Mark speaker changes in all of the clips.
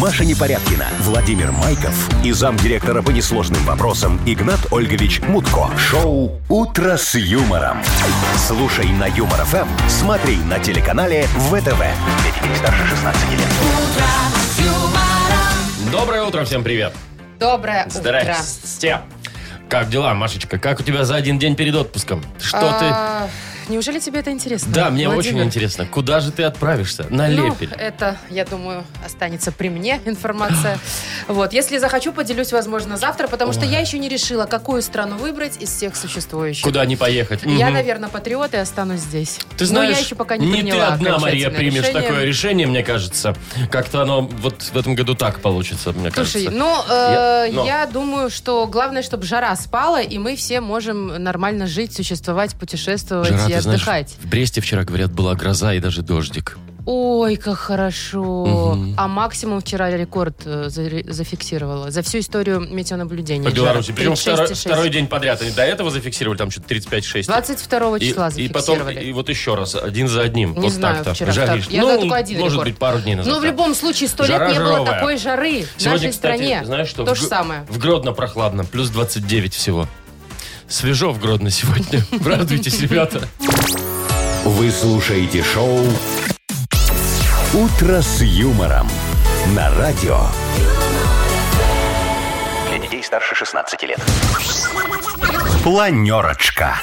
Speaker 1: Маша Непорядкина, Владимир Майков и замдиректора по несложным вопросам Игнат Ольгович Мутко. Шоу «Утро с юмором». Слушай на Юмор ФМ, смотри на телеканале ВТВ. Для детей старше 16 лет.
Speaker 2: Доброе утро, всем привет.
Speaker 3: Доброе утро.
Speaker 2: Здрасте. Как дела, Машечка? Как у тебя за один день перед отпуском? Что ты...
Speaker 3: А, Неужели тебе это интересно?
Speaker 2: Да, мне
Speaker 3: Владимир?
Speaker 2: очень интересно. Куда же ты отправишься? На
Speaker 3: Ну,
Speaker 2: Лепель.
Speaker 3: это, я думаю, останется при мне информация. Вот, если захочу, поделюсь, возможно, завтра, потому что я еще не решила, какую страну выбрать из всех существующих.
Speaker 2: Куда не поехать?
Speaker 3: Я,
Speaker 2: Мгм.
Speaker 3: наверное, патриот и останусь здесь.
Speaker 2: Ты знаешь,
Speaker 3: Но я еще пока не,
Speaker 2: ты
Speaker 3: приняла
Speaker 2: одна, Мария,
Speaker 3: окончательное
Speaker 2: примешь
Speaker 3: решение.
Speaker 2: такое решение, мне кажется. Как-то оно вот в этом году так получится, мне
Speaker 3: Слушай,
Speaker 2: кажется.
Speaker 3: ну, э,
Speaker 2: Я-
Speaker 3: я,
Speaker 2: но.
Speaker 3: думаю, что главное, чтобы жара спала, и мы все можем нормально жить, существовать, путешествовать
Speaker 2: Жара,
Speaker 3: и
Speaker 2: ты знаешь,
Speaker 3: отдыхать.
Speaker 2: в Бресте вчера, говорят, была гроза и даже дождик.
Speaker 3: Ой, как хорошо.
Speaker 2: Мгм.
Speaker 3: А максимум вчера рекорд э, заре- зафиксировала за всю историю метеонаблюдения.
Speaker 2: По Беларуси. Причем второй,
Speaker 3: 36,6.
Speaker 2: второй день подряд. Они до этого зафиксировали, там что-то 35-6.
Speaker 3: 22
Speaker 2: И,
Speaker 3: числа
Speaker 2: и потом,
Speaker 3: зафиксировали.
Speaker 2: и вот еще раз, один за одним.
Speaker 3: Не
Speaker 2: вот
Speaker 3: знаю,
Speaker 2: так-то.
Speaker 3: вчера
Speaker 2: Жаришь.
Speaker 3: так. Я
Speaker 2: ну,
Speaker 3: знаю только один
Speaker 2: может
Speaker 3: рекорд.
Speaker 2: быть, пару дней назад.
Speaker 3: Но в
Speaker 2: да.
Speaker 3: любом случае, сто лет
Speaker 2: Жара
Speaker 3: не было
Speaker 2: жировая.
Speaker 3: такой жары в
Speaker 2: Сегодня,
Speaker 3: нашей
Speaker 2: кстати,
Speaker 3: стране.
Speaker 2: знаешь, что
Speaker 3: То
Speaker 2: в,
Speaker 3: же
Speaker 2: Гр-
Speaker 3: самое.
Speaker 2: в Гродно прохладно, плюс 29 всего. Свежо в Гродно сегодня. Радуйтесь, ребята.
Speaker 1: Вы слушаете шоу «Утро с юмором» на радио. Для детей старше 16 лет. Планерочка.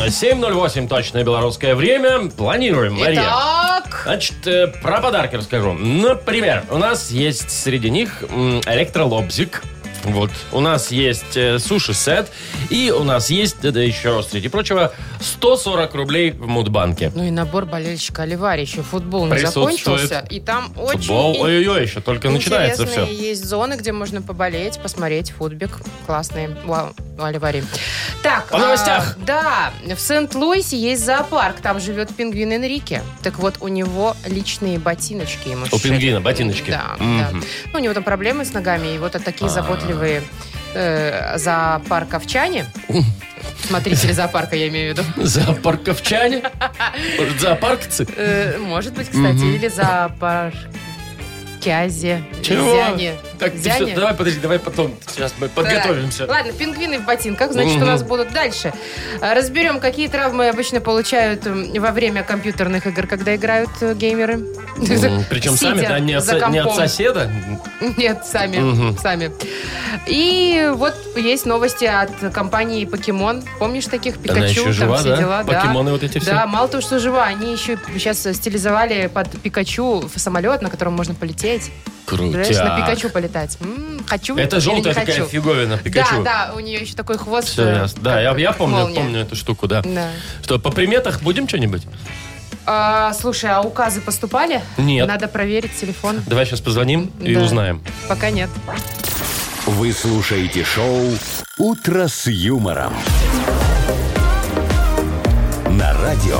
Speaker 2: 7.08 точное белорусское время. Планируем, Мария.
Speaker 3: Итак,
Speaker 2: Значит, э, про подарки расскажу. Например, у нас есть среди них м, электролобзик. Вот. У нас есть э, суши-сет. И у нас есть, да, еще, среди прочего, 140 рублей в Мудбанке.
Speaker 3: ну и набор болельщика Оливари. Еще футбол не
Speaker 2: Присутствует.
Speaker 3: закончился. И там очень
Speaker 2: Футбол, ой-ой-ой, еще только начинается
Speaker 3: интересные
Speaker 2: все.
Speaker 3: есть зоны, где можно поболеть, посмотреть футбик. Классные. Вау, у Оливари. Так,
Speaker 2: О новостях.
Speaker 3: а, да, в Сент-Луисе есть зоопарк. Там живет пингвин Энрике. Так вот, у него личные ботиночки ему
Speaker 2: У
Speaker 3: сшили.
Speaker 2: пингвина ботиночки.
Speaker 3: Да,
Speaker 2: Мгм.
Speaker 3: да. Ну, у него там проблемы с ногами, и вот такие
Speaker 2: А.
Speaker 3: заботливые э, зоопарковчане. Смотрители зоопарка, я имею в виду.
Speaker 2: Зоопарковчане? Может, Зоопаркцы?
Speaker 3: Э, Может быть, кстати,
Speaker 2: Мгм.
Speaker 3: или зоопарк. Кязи.
Speaker 2: Чего?
Speaker 3: Зяни.
Speaker 2: Так, ты
Speaker 3: Зяни.
Speaker 2: всё, давай, подожди, давай потом. Сейчас мы подготовимся.
Speaker 3: Так, Ладно, пингвины в ботинках, значит,
Speaker 2: Мгм.
Speaker 3: у нас будут дальше. А, Разберем, какие травмы обычно получают м, во время компьютерных игр, когда играют э, геймеры.
Speaker 2: М, Причем
Speaker 3: Сидя
Speaker 2: сами-то не от
Speaker 3: за
Speaker 2: со- не от
Speaker 3: компом.
Speaker 2: соседа.
Speaker 3: Нет, сами,
Speaker 2: Мгм.
Speaker 3: сами. И вот есть новости от компании Покемон. Помнишь таких? Пикачу,
Speaker 2: Она еще
Speaker 3: там
Speaker 2: жива,
Speaker 3: все
Speaker 2: да?
Speaker 3: дела. да.
Speaker 2: Покемоны вот эти все.
Speaker 3: Да, мало того, что жива, они еще сейчас стилизовали под Пикачу самолет, на котором можно полететь. Представляешь, на
Speaker 2: Крутяк.
Speaker 3: Пикачу полетать. М, хочу
Speaker 2: Это
Speaker 3: или
Speaker 2: желтая
Speaker 3: не
Speaker 2: такая
Speaker 3: хочу?
Speaker 2: фиговина Пикачу.
Speaker 3: Да, да, у нее еще такой хвост.
Speaker 2: Всё
Speaker 3: э,
Speaker 2: ясно. Да,
Speaker 3: как
Speaker 2: я, я помню,
Speaker 3: молния.
Speaker 2: помню эту штуку, да.
Speaker 3: Да.
Speaker 2: Что, по приметах будем что-нибудь?
Speaker 3: А, слушай, а указы поступали?
Speaker 2: Нет.
Speaker 3: Надо проверить телефон.
Speaker 2: Давай сейчас позвоним и
Speaker 3: Да.
Speaker 2: узнаем.
Speaker 3: Пока нет.
Speaker 1: Вы слушаете шоу «Утро с юмором» на радио.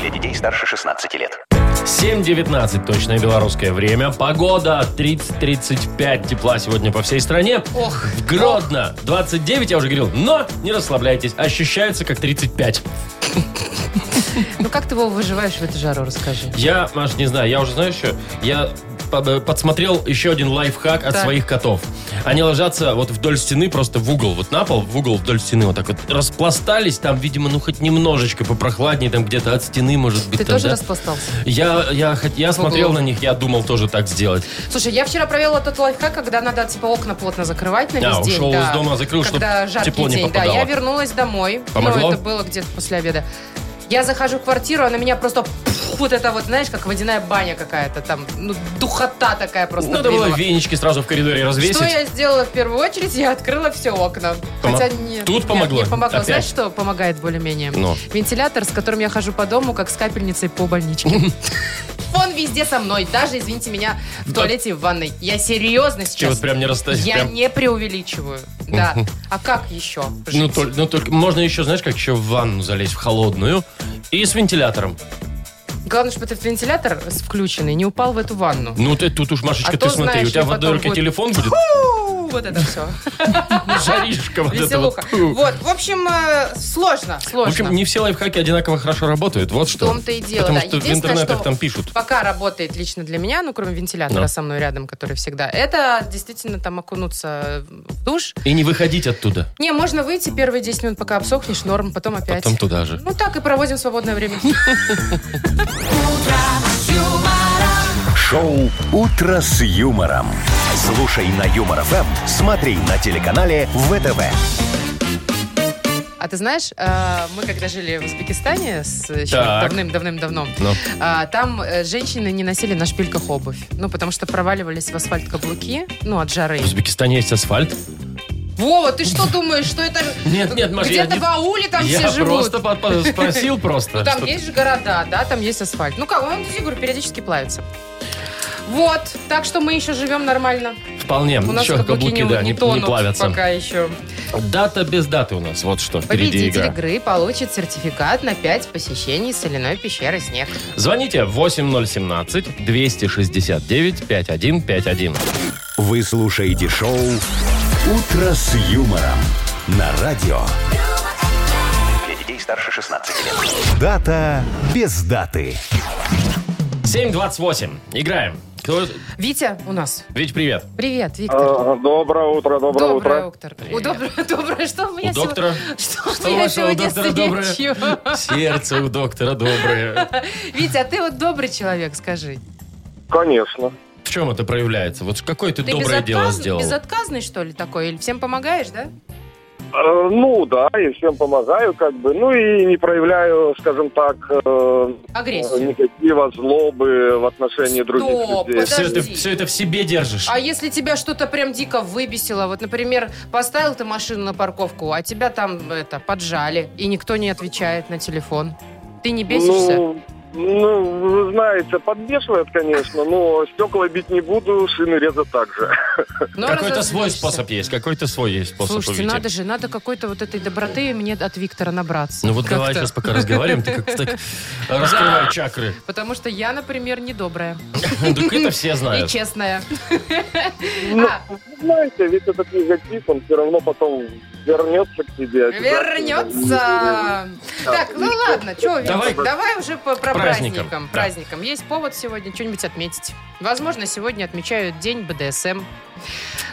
Speaker 4: Для детей старше 16 лет.
Speaker 2: 7.19, точное белорусское время. Погода 30-35 тепла сегодня по всей стране.
Speaker 3: Ох,
Speaker 2: В Гродно 29, я уже говорил, но не расслабляйтесь, ощущается как 35.
Speaker 3: Ну как ты его выживаешь в эту жару, расскажи.
Speaker 2: Я, Маш, не знаю, я уже знаю еще, я под- э, подсмотрел еще один лайфхак от
Speaker 3: Так.
Speaker 2: своих котов. Они ложатся вот вдоль стены, просто в угол, вот на пол, в угол вдоль стены, вот так вот распластались, там, видимо, ну хоть немножечко попрохладнее, там где-то от стены, может быть.
Speaker 3: Ты
Speaker 2: там,
Speaker 3: тоже
Speaker 2: да?
Speaker 3: распластался?
Speaker 2: Я, я, хот- я смотрел
Speaker 3: углу.
Speaker 2: на них, я думал тоже так сделать.
Speaker 3: Слушай, я вчера провела тот лайфхак, когда надо типа окна плотно закрывать на весь
Speaker 2: Да,
Speaker 3: день.
Speaker 2: ушел
Speaker 3: да.
Speaker 2: из дома, закрыл, чтоб
Speaker 3: когда жаркий
Speaker 2: тепло не
Speaker 3: день. Да,
Speaker 2: попадало.
Speaker 3: я вернулась домой.
Speaker 2: Помогло?
Speaker 3: Ну, это было где-то после обеда. Я захожу в квартиру, а на меня просто пф, вот это вот, знаешь, как водяная баня какая-то там. Ну, духота такая просто
Speaker 2: Надо Ну, было
Speaker 3: двинула.
Speaker 2: венички сразу в коридоре развесить.
Speaker 3: Что я сделала в первую очередь? Я открыла все окна.
Speaker 2: Помо-
Speaker 3: Хотя нет.
Speaker 2: Тут
Speaker 3: нет,
Speaker 2: помогло?
Speaker 3: Не помогло.
Speaker 2: Опять?
Speaker 3: Знаешь, что помогает более-менее?
Speaker 2: Ну.
Speaker 3: Вентилятор, с которым я хожу по дому, как с капельницей по больничке. Он везде со мной, даже, извините меня, в туалете и в ванной. Я серьезно
Speaker 2: Че,
Speaker 3: сейчас.
Speaker 2: вот прям не расстать.
Speaker 3: Я
Speaker 2: прям-
Speaker 3: не преувеличиваю. Да. А как еще? жить?
Speaker 2: Ну, толь- ну, только можно еще, знаешь, как еще в ванну залезть в холодную и с вентилятором.
Speaker 3: Главное, чтобы этот вентилятор с включенный не упал в эту ванну.
Speaker 2: Ну, ты тут уж, Машечка,
Speaker 3: А
Speaker 2: ты
Speaker 3: то,
Speaker 2: смотри,
Speaker 3: знаешь
Speaker 2: у тебя
Speaker 3: ли,
Speaker 2: в одной
Speaker 3: потом
Speaker 2: руке
Speaker 3: будет-
Speaker 2: телефон будет, ну,
Speaker 3: вот это все.
Speaker 2: Жаришка вот это вот.
Speaker 3: Веселуха. Вот, в общем, э, сложно,
Speaker 2: В
Speaker 3: сложно.
Speaker 2: общем, не все лайфхаки одинаково хорошо работают. Вот что.
Speaker 3: В том-то и дело,
Speaker 2: Потому
Speaker 3: да.
Speaker 2: что в
Speaker 3: Единственное,
Speaker 2: интернетах
Speaker 3: что-
Speaker 2: там пишут.
Speaker 3: Пока работает лично для меня, ну, кроме вентилятора
Speaker 2: Да.
Speaker 3: со мной рядом, который всегда. Это действительно там окунуться в душ.
Speaker 2: И не выходить оттуда.
Speaker 3: Не, можно выйти первые 10 минут, пока обсохнешь, норм, потом опять.
Speaker 2: Потом туда же.
Speaker 3: Ну, так и проводим свободное время.
Speaker 1: Шоу «Утро с юмором». Слушай на Юмор ФМ, смотри на телеканале ВТВ.
Speaker 3: А ты знаешь, э, мы когда жили в Узбекистане с еще
Speaker 2: Так.
Speaker 3: давным-давным-давно,
Speaker 2: Ну.
Speaker 3: а, там э, женщины не носили на шпильках обувь. Ну, потому что проваливались в асфальт каблуки, ну, от жары.
Speaker 2: В Узбекистане есть асфальт.
Speaker 3: Вова, ты что думаешь, что это
Speaker 2: Нет, нет, Маша, я
Speaker 3: где-то
Speaker 2: не-
Speaker 3: в ауле там
Speaker 2: Я
Speaker 3: все живут?
Speaker 2: просто по- по- спросил просто.
Speaker 3: Ну, там
Speaker 2: что-
Speaker 3: есть же города, да, там есть асфальт. Ну, как, он, я говорю, периодически плавится. Вот, так что мы еще живем нормально.
Speaker 2: Вполне.
Speaker 3: У нас
Speaker 2: Еще Ну
Speaker 3: каблуки,
Speaker 2: каблуки,
Speaker 3: не,
Speaker 2: да,
Speaker 3: не
Speaker 2: не, не
Speaker 3: тонут
Speaker 2: плавятся.
Speaker 3: пока еще.
Speaker 2: Дата без даты у нас. Вот что впереди
Speaker 3: Победитель
Speaker 2: игра.
Speaker 3: игры получит сертификат на 5 посещений соляной пещеры «Снег».
Speaker 2: Звоните 8017-269-5151.
Speaker 1: Вы слушаете шоу «Утро с юмором» на радио.
Speaker 4: Для детей старше 16 лет.
Speaker 1: Дата без даты.
Speaker 2: 728. Играем. Кто...
Speaker 3: Витя у нас.
Speaker 2: Вить, привет.
Speaker 3: Привет, Виктор.
Speaker 5: А, Доброе утро, доброе,
Speaker 3: Доброе
Speaker 5: утро.
Speaker 3: утро. О, доброе, доброе. Что у меня
Speaker 2: у доктора...
Speaker 3: сегодня? Что,
Speaker 2: Что
Speaker 3: у
Speaker 2: у
Speaker 3: меня
Speaker 2: вашего
Speaker 3: сегодня
Speaker 2: доктора
Speaker 3: с
Speaker 2: доброе?
Speaker 3: речью?
Speaker 2: Сердце у доктора доброе.
Speaker 3: Витя, а ты вот добрый человек, скажи.
Speaker 5: Конечно.
Speaker 2: В чем это проявляется? Вот какое ты,
Speaker 3: Ты
Speaker 2: доброе
Speaker 3: безотказ-
Speaker 2: дело сделал?
Speaker 3: безотказный, что ли, такой? Или всем помогаешь, да?
Speaker 5: Э, Ну да, и всем помогаю, как бы. Ну и не проявляю, скажем так, э,
Speaker 3: Агрессию.
Speaker 5: негатива, злобы в отношении других
Speaker 3: Стоп,
Speaker 5: людей.
Speaker 2: Все это,
Speaker 3: Подожди.
Speaker 2: все это в себе держишь.
Speaker 3: А если тебя что-то прям дико выбесило, вот, например, поставил ты машину на парковку, а тебя там это поджали, и никто не отвечает на телефон. Ты не бесишься?
Speaker 5: Ну, ну, вы знаете, подбешивает, конечно, но стекла бить не буду, шины резать так же.
Speaker 3: Но
Speaker 2: Какой-то свой
Speaker 3: Ну, разозлишься.
Speaker 2: способ есть. Какой-то свой есть способ
Speaker 3: Слушайте,
Speaker 2: у Вити.
Speaker 3: надо же, надо какой-то вот этой доброты мне от Виктора набраться.
Speaker 2: Ну вот
Speaker 3: Как-то.
Speaker 2: давай сейчас пока разговариваем, ты как-то так раскрывай чакры. Ну,
Speaker 3: Потому что я, например, недобрая
Speaker 2: Так это все
Speaker 3: и
Speaker 2: знают.
Speaker 3: честная.
Speaker 5: Ну,
Speaker 3: А.
Speaker 5: вы знаете, ведь этот негатив, он все равно потом вернется к тебе. обязательно.
Speaker 3: Вернется. Так, ну ладно, что,
Speaker 2: Давай.
Speaker 3: давай, давай уже по, про
Speaker 2: Праздникам,
Speaker 3: праздникам.
Speaker 2: да.
Speaker 3: Праздникам. Есть повод сегодня что-нибудь отметить. Возможно, сегодня отмечают день БДСМ.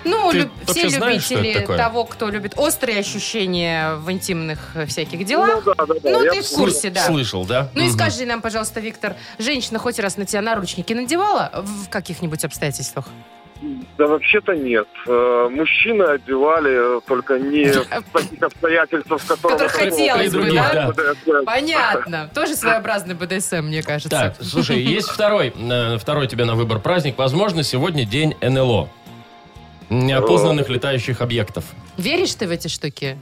Speaker 3: Ну,
Speaker 2: Ты
Speaker 3: лю- все
Speaker 2: вообще знаешь, что это
Speaker 3: любители
Speaker 2: такое?
Speaker 3: того, кто любит острые ощущения в интимных э, всяких
Speaker 5: Ну
Speaker 3: делах.
Speaker 5: да, да, да.
Speaker 3: Ну,
Speaker 5: я
Speaker 3: ты в курсе, да.
Speaker 2: Слышал, да?
Speaker 3: Ну и
Speaker 2: Мгм.
Speaker 3: скажи нам, пожалуйста, Виктор, женщина хоть раз на тебя наручники надевала в каких-нибудь обстоятельствах?
Speaker 5: Да вообще-то нет. Э, Мужчины одевали э, только не в таких обстоятельствах, в которых...
Speaker 3: Которых хотелось
Speaker 2: бы, да?
Speaker 3: Понятно. Тоже своеобразный БДСМ, мне кажется.
Speaker 2: Так, слушай, есть второй, э, второй тебе на выбор праздник. Возможно, сегодня день НЛО. Неопознанных летающих объектов.
Speaker 3: Веришь ты в эти штуки?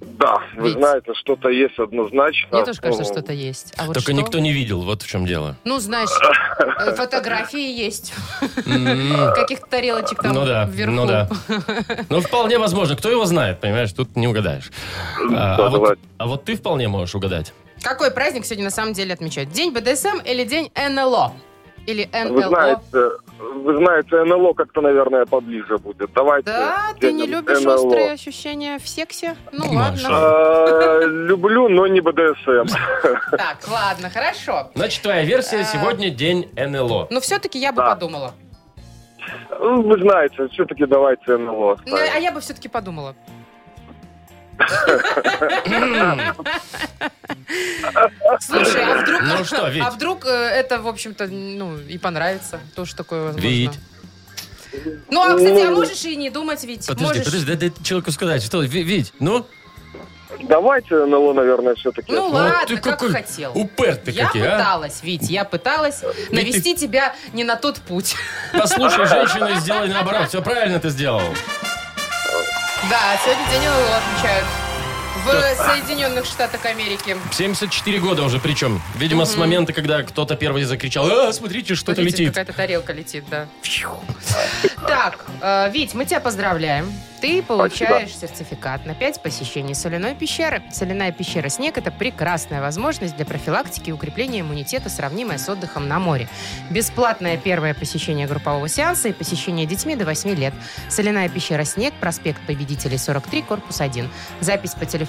Speaker 5: Да, вы
Speaker 3: Ведь.
Speaker 5: знаете, что-то есть однозначно.
Speaker 3: Мне тоже кажется,
Speaker 5: Ну,
Speaker 3: что-то есть. А вот
Speaker 2: Только
Speaker 3: что?
Speaker 2: никто не видел, вот в чем дело.
Speaker 3: Ну, знаешь, э, фотографии есть.
Speaker 2: М,
Speaker 3: Каких-то тарелочек там
Speaker 2: Ну да,
Speaker 3: вверху.
Speaker 2: ну да. Ну вполне возможно, кто его знает, понимаешь, тут не угадаешь. А,
Speaker 5: Да,
Speaker 2: а вот-
Speaker 5: давайте.
Speaker 2: а вот ты вполне можешь угадать.
Speaker 3: Какой праздник сегодня на самом деле отмечают? День БДСМ или день НЛО? Или
Speaker 5: Вы
Speaker 3: НЛО?
Speaker 5: знаете, вы знаете, НЛО как-то, наверное, поближе будет. Давайте.
Speaker 3: Да, ты не
Speaker 5: сделаем
Speaker 3: любишь
Speaker 5: э, НЛО.
Speaker 3: острые ощущения в сексе? Ну
Speaker 2: Маша.
Speaker 3: ладно.
Speaker 5: Э, Люблю, но не БДСМ.
Speaker 3: Так, ладно, хорошо.
Speaker 2: Значит, твоя версия
Speaker 3: Э,
Speaker 2: сегодня день НЛО.
Speaker 3: Но все-таки я бы
Speaker 5: Да.
Speaker 3: подумала.
Speaker 5: Ну, Вы знаете, все-таки давайте НЛО.
Speaker 3: Ну, А я бы все-таки подумала. Слушай, а вдруг,
Speaker 2: Ну что, Вить?
Speaker 3: а вдруг э, это, в общем-то, ну, и понравится. Тоже такое возможно.
Speaker 2: Вить.
Speaker 3: Ну, а, кстати, а
Speaker 5: Ну.
Speaker 3: можешь и не думать, Вить.
Speaker 2: Подожди,
Speaker 3: можешь.
Speaker 2: подожди, дай- дай человеку сказать, что, Ви- Вить, ну,
Speaker 5: Давайте НЛО, наверное, все-таки.
Speaker 3: Ну,
Speaker 2: Ну,
Speaker 3: ладно,
Speaker 2: ты
Speaker 3: как
Speaker 2: какой
Speaker 3: хотел.
Speaker 2: упер ты
Speaker 3: я
Speaker 2: какие, а?
Speaker 3: пыталась, Вить, я пыталась навести тебя не на тот путь.
Speaker 2: Послушай женщину и сделай наоборот. Все правильно ты сделал.
Speaker 3: Да, сегодня день НЛО отмечают. В Соединенных Штатах Америки.
Speaker 2: 74 года уже причем. Видимо, с момента, когда кто-то первый закричал, «А, смотрите, что-то
Speaker 3: Смотрите,
Speaker 2: летит.
Speaker 3: Какая-то тарелка летит, да. Так, э, Вить, мы тебя поздравляем. Ты получаешь сертификат на 5 посещений соляной пещеры. Соляная пещера «Снег» — это прекрасная возможность для профилактики и укрепления иммунитета, сравнимая с отдыхом на море. Бесплатное первое посещение группового сеанса и посещение детьми до 8 лет. Соляная пещера «Снег», проспект Победителей, 43, корпус 1. Запись по телефону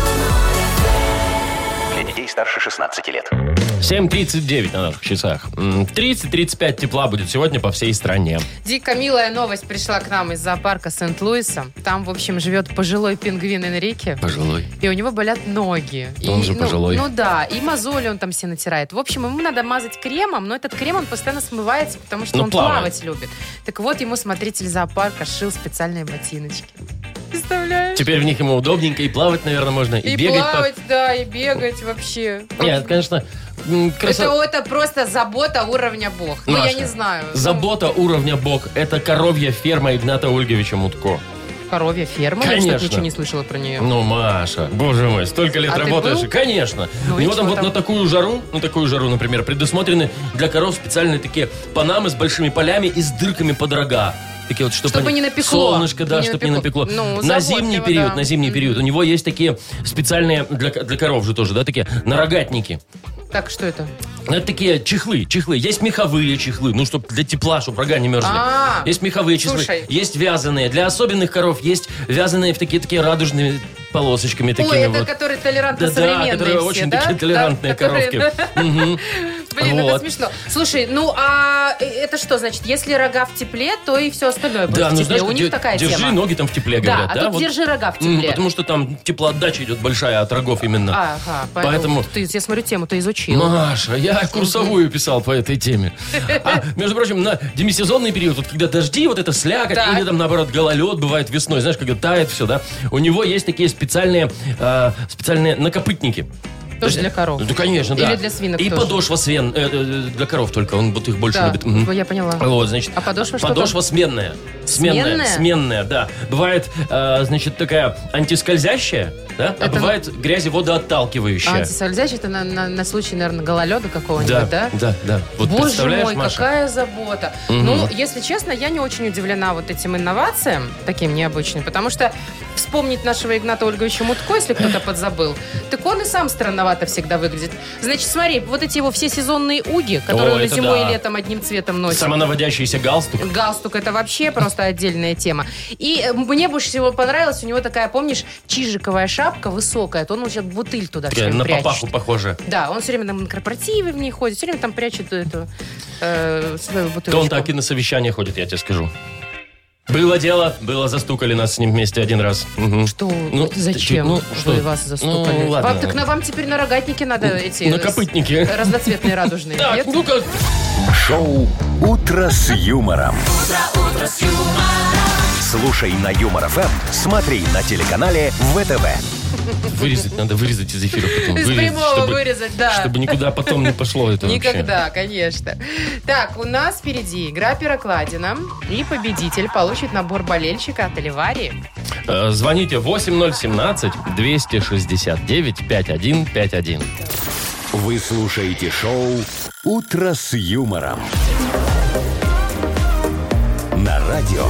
Speaker 4: Для детей старше 16 лет.
Speaker 2: 7.39 на наших часах. М, 30-35 тепла будет сегодня по всей стране.
Speaker 3: Дико милая новость пришла к нам из зоопарка Сент-Луиса. Там, в общем, живет пожилой пингвин Энрике.
Speaker 2: Пожилой.
Speaker 3: И у него болят ноги.
Speaker 2: Он
Speaker 3: И,
Speaker 2: же
Speaker 3: ну,
Speaker 2: пожилой.
Speaker 3: Ну да, и мозоли он там все натирает. В общем, ему надо мазать кремом, но этот крем он постоянно смывается, потому что
Speaker 2: Ну,
Speaker 3: он
Speaker 2: плавает.
Speaker 3: плавать любит. Так вот, ему смотритель зоопарка шил специальные ботиночки. Представляешь?
Speaker 2: Теперь в них ему удобненько и плавать, наверное, можно, Типа, и,
Speaker 3: и
Speaker 2: бегать. по-
Speaker 3: плавать, да, и бегать вообще.
Speaker 2: Нет, конечно, м, красо-
Speaker 3: Это, это просто забота уровня бог. ну, я
Speaker 2: Маша,
Speaker 3: не знаю. Ну,
Speaker 2: Забота уровня бог. Это коровья ферма Игната Ольговича Мутко.
Speaker 3: Коровья ферма. Я
Speaker 2: Конечно.
Speaker 3: что-то ничего не слышала про нее.
Speaker 2: Ну, Маша, боже мой, столько лет
Speaker 3: А ты
Speaker 2: работаешь.
Speaker 3: был?
Speaker 2: Конечно.
Speaker 3: Ну
Speaker 2: У
Speaker 3: и
Speaker 2: него там
Speaker 3: чего
Speaker 2: вот
Speaker 3: там?
Speaker 2: на такую жару, на такую жару, например, предусмотрены для коров специальные такие панамы с большими полями и с дырками под рога. Такие вот, чтобы,
Speaker 3: Чтобы
Speaker 2: они-
Speaker 3: не напекло.
Speaker 2: Солнышко, да,
Speaker 3: Не
Speaker 2: чтобы не
Speaker 3: напекло.
Speaker 2: напекло.
Speaker 3: Ну,
Speaker 2: на
Speaker 3: заботливо,
Speaker 2: зимний период,
Speaker 3: да.
Speaker 2: на зимний
Speaker 3: Мгм.
Speaker 2: период у него есть такие специальные для, для коров же тоже, да, такие нарогатники.
Speaker 3: Так, что это?
Speaker 2: Ну, Это такие чехлы, чехлы. Есть меховые чехлы, ну, чтобы для тепла, чтобы рога не мерзли.
Speaker 3: А,
Speaker 2: Есть меховые чехлы,
Speaker 3: слушай.
Speaker 2: есть вязаные. Для особенных коров есть вязаные в такие-такие радужные полосочками
Speaker 3: Ой,
Speaker 2: такими
Speaker 3: это
Speaker 2: вот.
Speaker 3: которые толерантно
Speaker 2: Да-да,
Speaker 3: современные
Speaker 2: которые
Speaker 3: все,
Speaker 2: очень
Speaker 3: да?
Speaker 2: такие толерантные
Speaker 3: Да, которые-
Speaker 2: коровки. Мгм.
Speaker 3: Блин, это
Speaker 2: Вот.
Speaker 3: смешно. Слушай, ну а э, это что значит? Если рога в тепле, то и все остальное будет
Speaker 2: Да,
Speaker 3: в
Speaker 2: ну
Speaker 3: тепле.
Speaker 2: знаешь,
Speaker 3: У
Speaker 2: как
Speaker 3: них
Speaker 2: де-
Speaker 3: такая
Speaker 2: держи
Speaker 3: тема.
Speaker 2: ноги там в тепле,
Speaker 3: да,
Speaker 2: говорят.
Speaker 3: а тут
Speaker 2: вот.
Speaker 3: держи рога в
Speaker 2: М,
Speaker 3: тепле. А,
Speaker 2: Потому что там теплоотдача идет большая от рогов именно.
Speaker 3: Ага,
Speaker 2: Поэтому-
Speaker 3: поэтому... Ты, я смотрю, тему-то изучила.
Speaker 2: Маша, я курсовую писал по этой теме. А, между прочим, на демисезонный период, вот когда дожди, вот это слякоть,
Speaker 3: Так.
Speaker 2: или там, наоборот, гололед бывает весной, знаешь, когда тает все, да, у него есть такие специальные, э, специальные накопытники.
Speaker 3: Тоже для коров.
Speaker 2: Ну, Да, конечно, да.
Speaker 3: Или для свинок
Speaker 2: И
Speaker 3: тоже.
Speaker 2: подошва свен, э, э, для коров только, он вот их больше
Speaker 3: Да,
Speaker 2: любит. Мгм.
Speaker 3: я поняла.
Speaker 2: Вот, значит,
Speaker 3: А подошва что
Speaker 2: подошва сменная. Сменная?
Speaker 3: Сменная?
Speaker 2: Сменная, да. Бывает, э, значит, такая антискользящая, да, а
Speaker 3: Это
Speaker 2: бывает грязи
Speaker 3: А
Speaker 2: водоотталкивающая.
Speaker 3: антисользящий это на, на- на случай, наверное, гололеда какого-нибудь, да?
Speaker 2: да, да, да. Вот
Speaker 3: Боже
Speaker 2: представляешь,
Speaker 3: мой,
Speaker 2: Маша?
Speaker 3: какая забота.
Speaker 2: Мгм.
Speaker 3: Ну, если честно, я не очень удивлена вот этим инновациям, таким необычным, потому что вспомнить нашего Игната Ольговича Мутко, если кто-то подзабыл, так он и сам странновато всегда выглядит. Значит, смотри, вот эти его все сезонные уги, которые
Speaker 2: О,
Speaker 3: он и
Speaker 2: это
Speaker 3: зимой
Speaker 2: да.
Speaker 3: и летом одним цветом носит.
Speaker 2: Самонаводящийся галстук.
Speaker 3: Галстук это вообще просто отдельная тема. И э, мне больше всего понравилась у него такая, помнишь, чижиковая шапка высокая, то он уже бутыль туда все
Speaker 2: Такая
Speaker 3: время
Speaker 2: на
Speaker 3: прячет.
Speaker 2: папаху похоже.
Speaker 3: Да, он все время там на корпоративы в ней ходит, все время там прячет эту э, свою бутылочку.
Speaker 2: То он так и на совещание ходит, я тебе скажу. Было дело, было застукали нас с ним вместе один раз. Мгм.
Speaker 3: Что?
Speaker 2: Ну,
Speaker 3: это зачем
Speaker 2: ты- ну,
Speaker 3: что? Ну,
Speaker 2: что?
Speaker 3: вас застукали?
Speaker 2: Ну, ладно.
Speaker 3: Вам, так на вам теперь на рогатнике надо эти...
Speaker 2: накопытники.
Speaker 3: с- Разноцветные радужные,
Speaker 2: Так,
Speaker 3: нет?
Speaker 2: ну-ка,
Speaker 1: Шоу «Утро с юмором». Слушай на Юмор ФМ, смотри на телеканале ВТВ.
Speaker 2: вырезать надо, вырезать из эфира потом.
Speaker 3: Из
Speaker 2: вырезать,
Speaker 3: прямого
Speaker 2: чтобы-
Speaker 3: вырезать, да.
Speaker 2: Чтобы никуда потом не пошло это вообще.
Speaker 3: Никогда, конечно. Так, у нас впереди игра «Пирокладина». И победитель получит набор болельщика от Оливарии.
Speaker 2: Э, Звоните 8017-269-5151.
Speaker 1: Вы слушаете шоу «Утро с юмором». На радио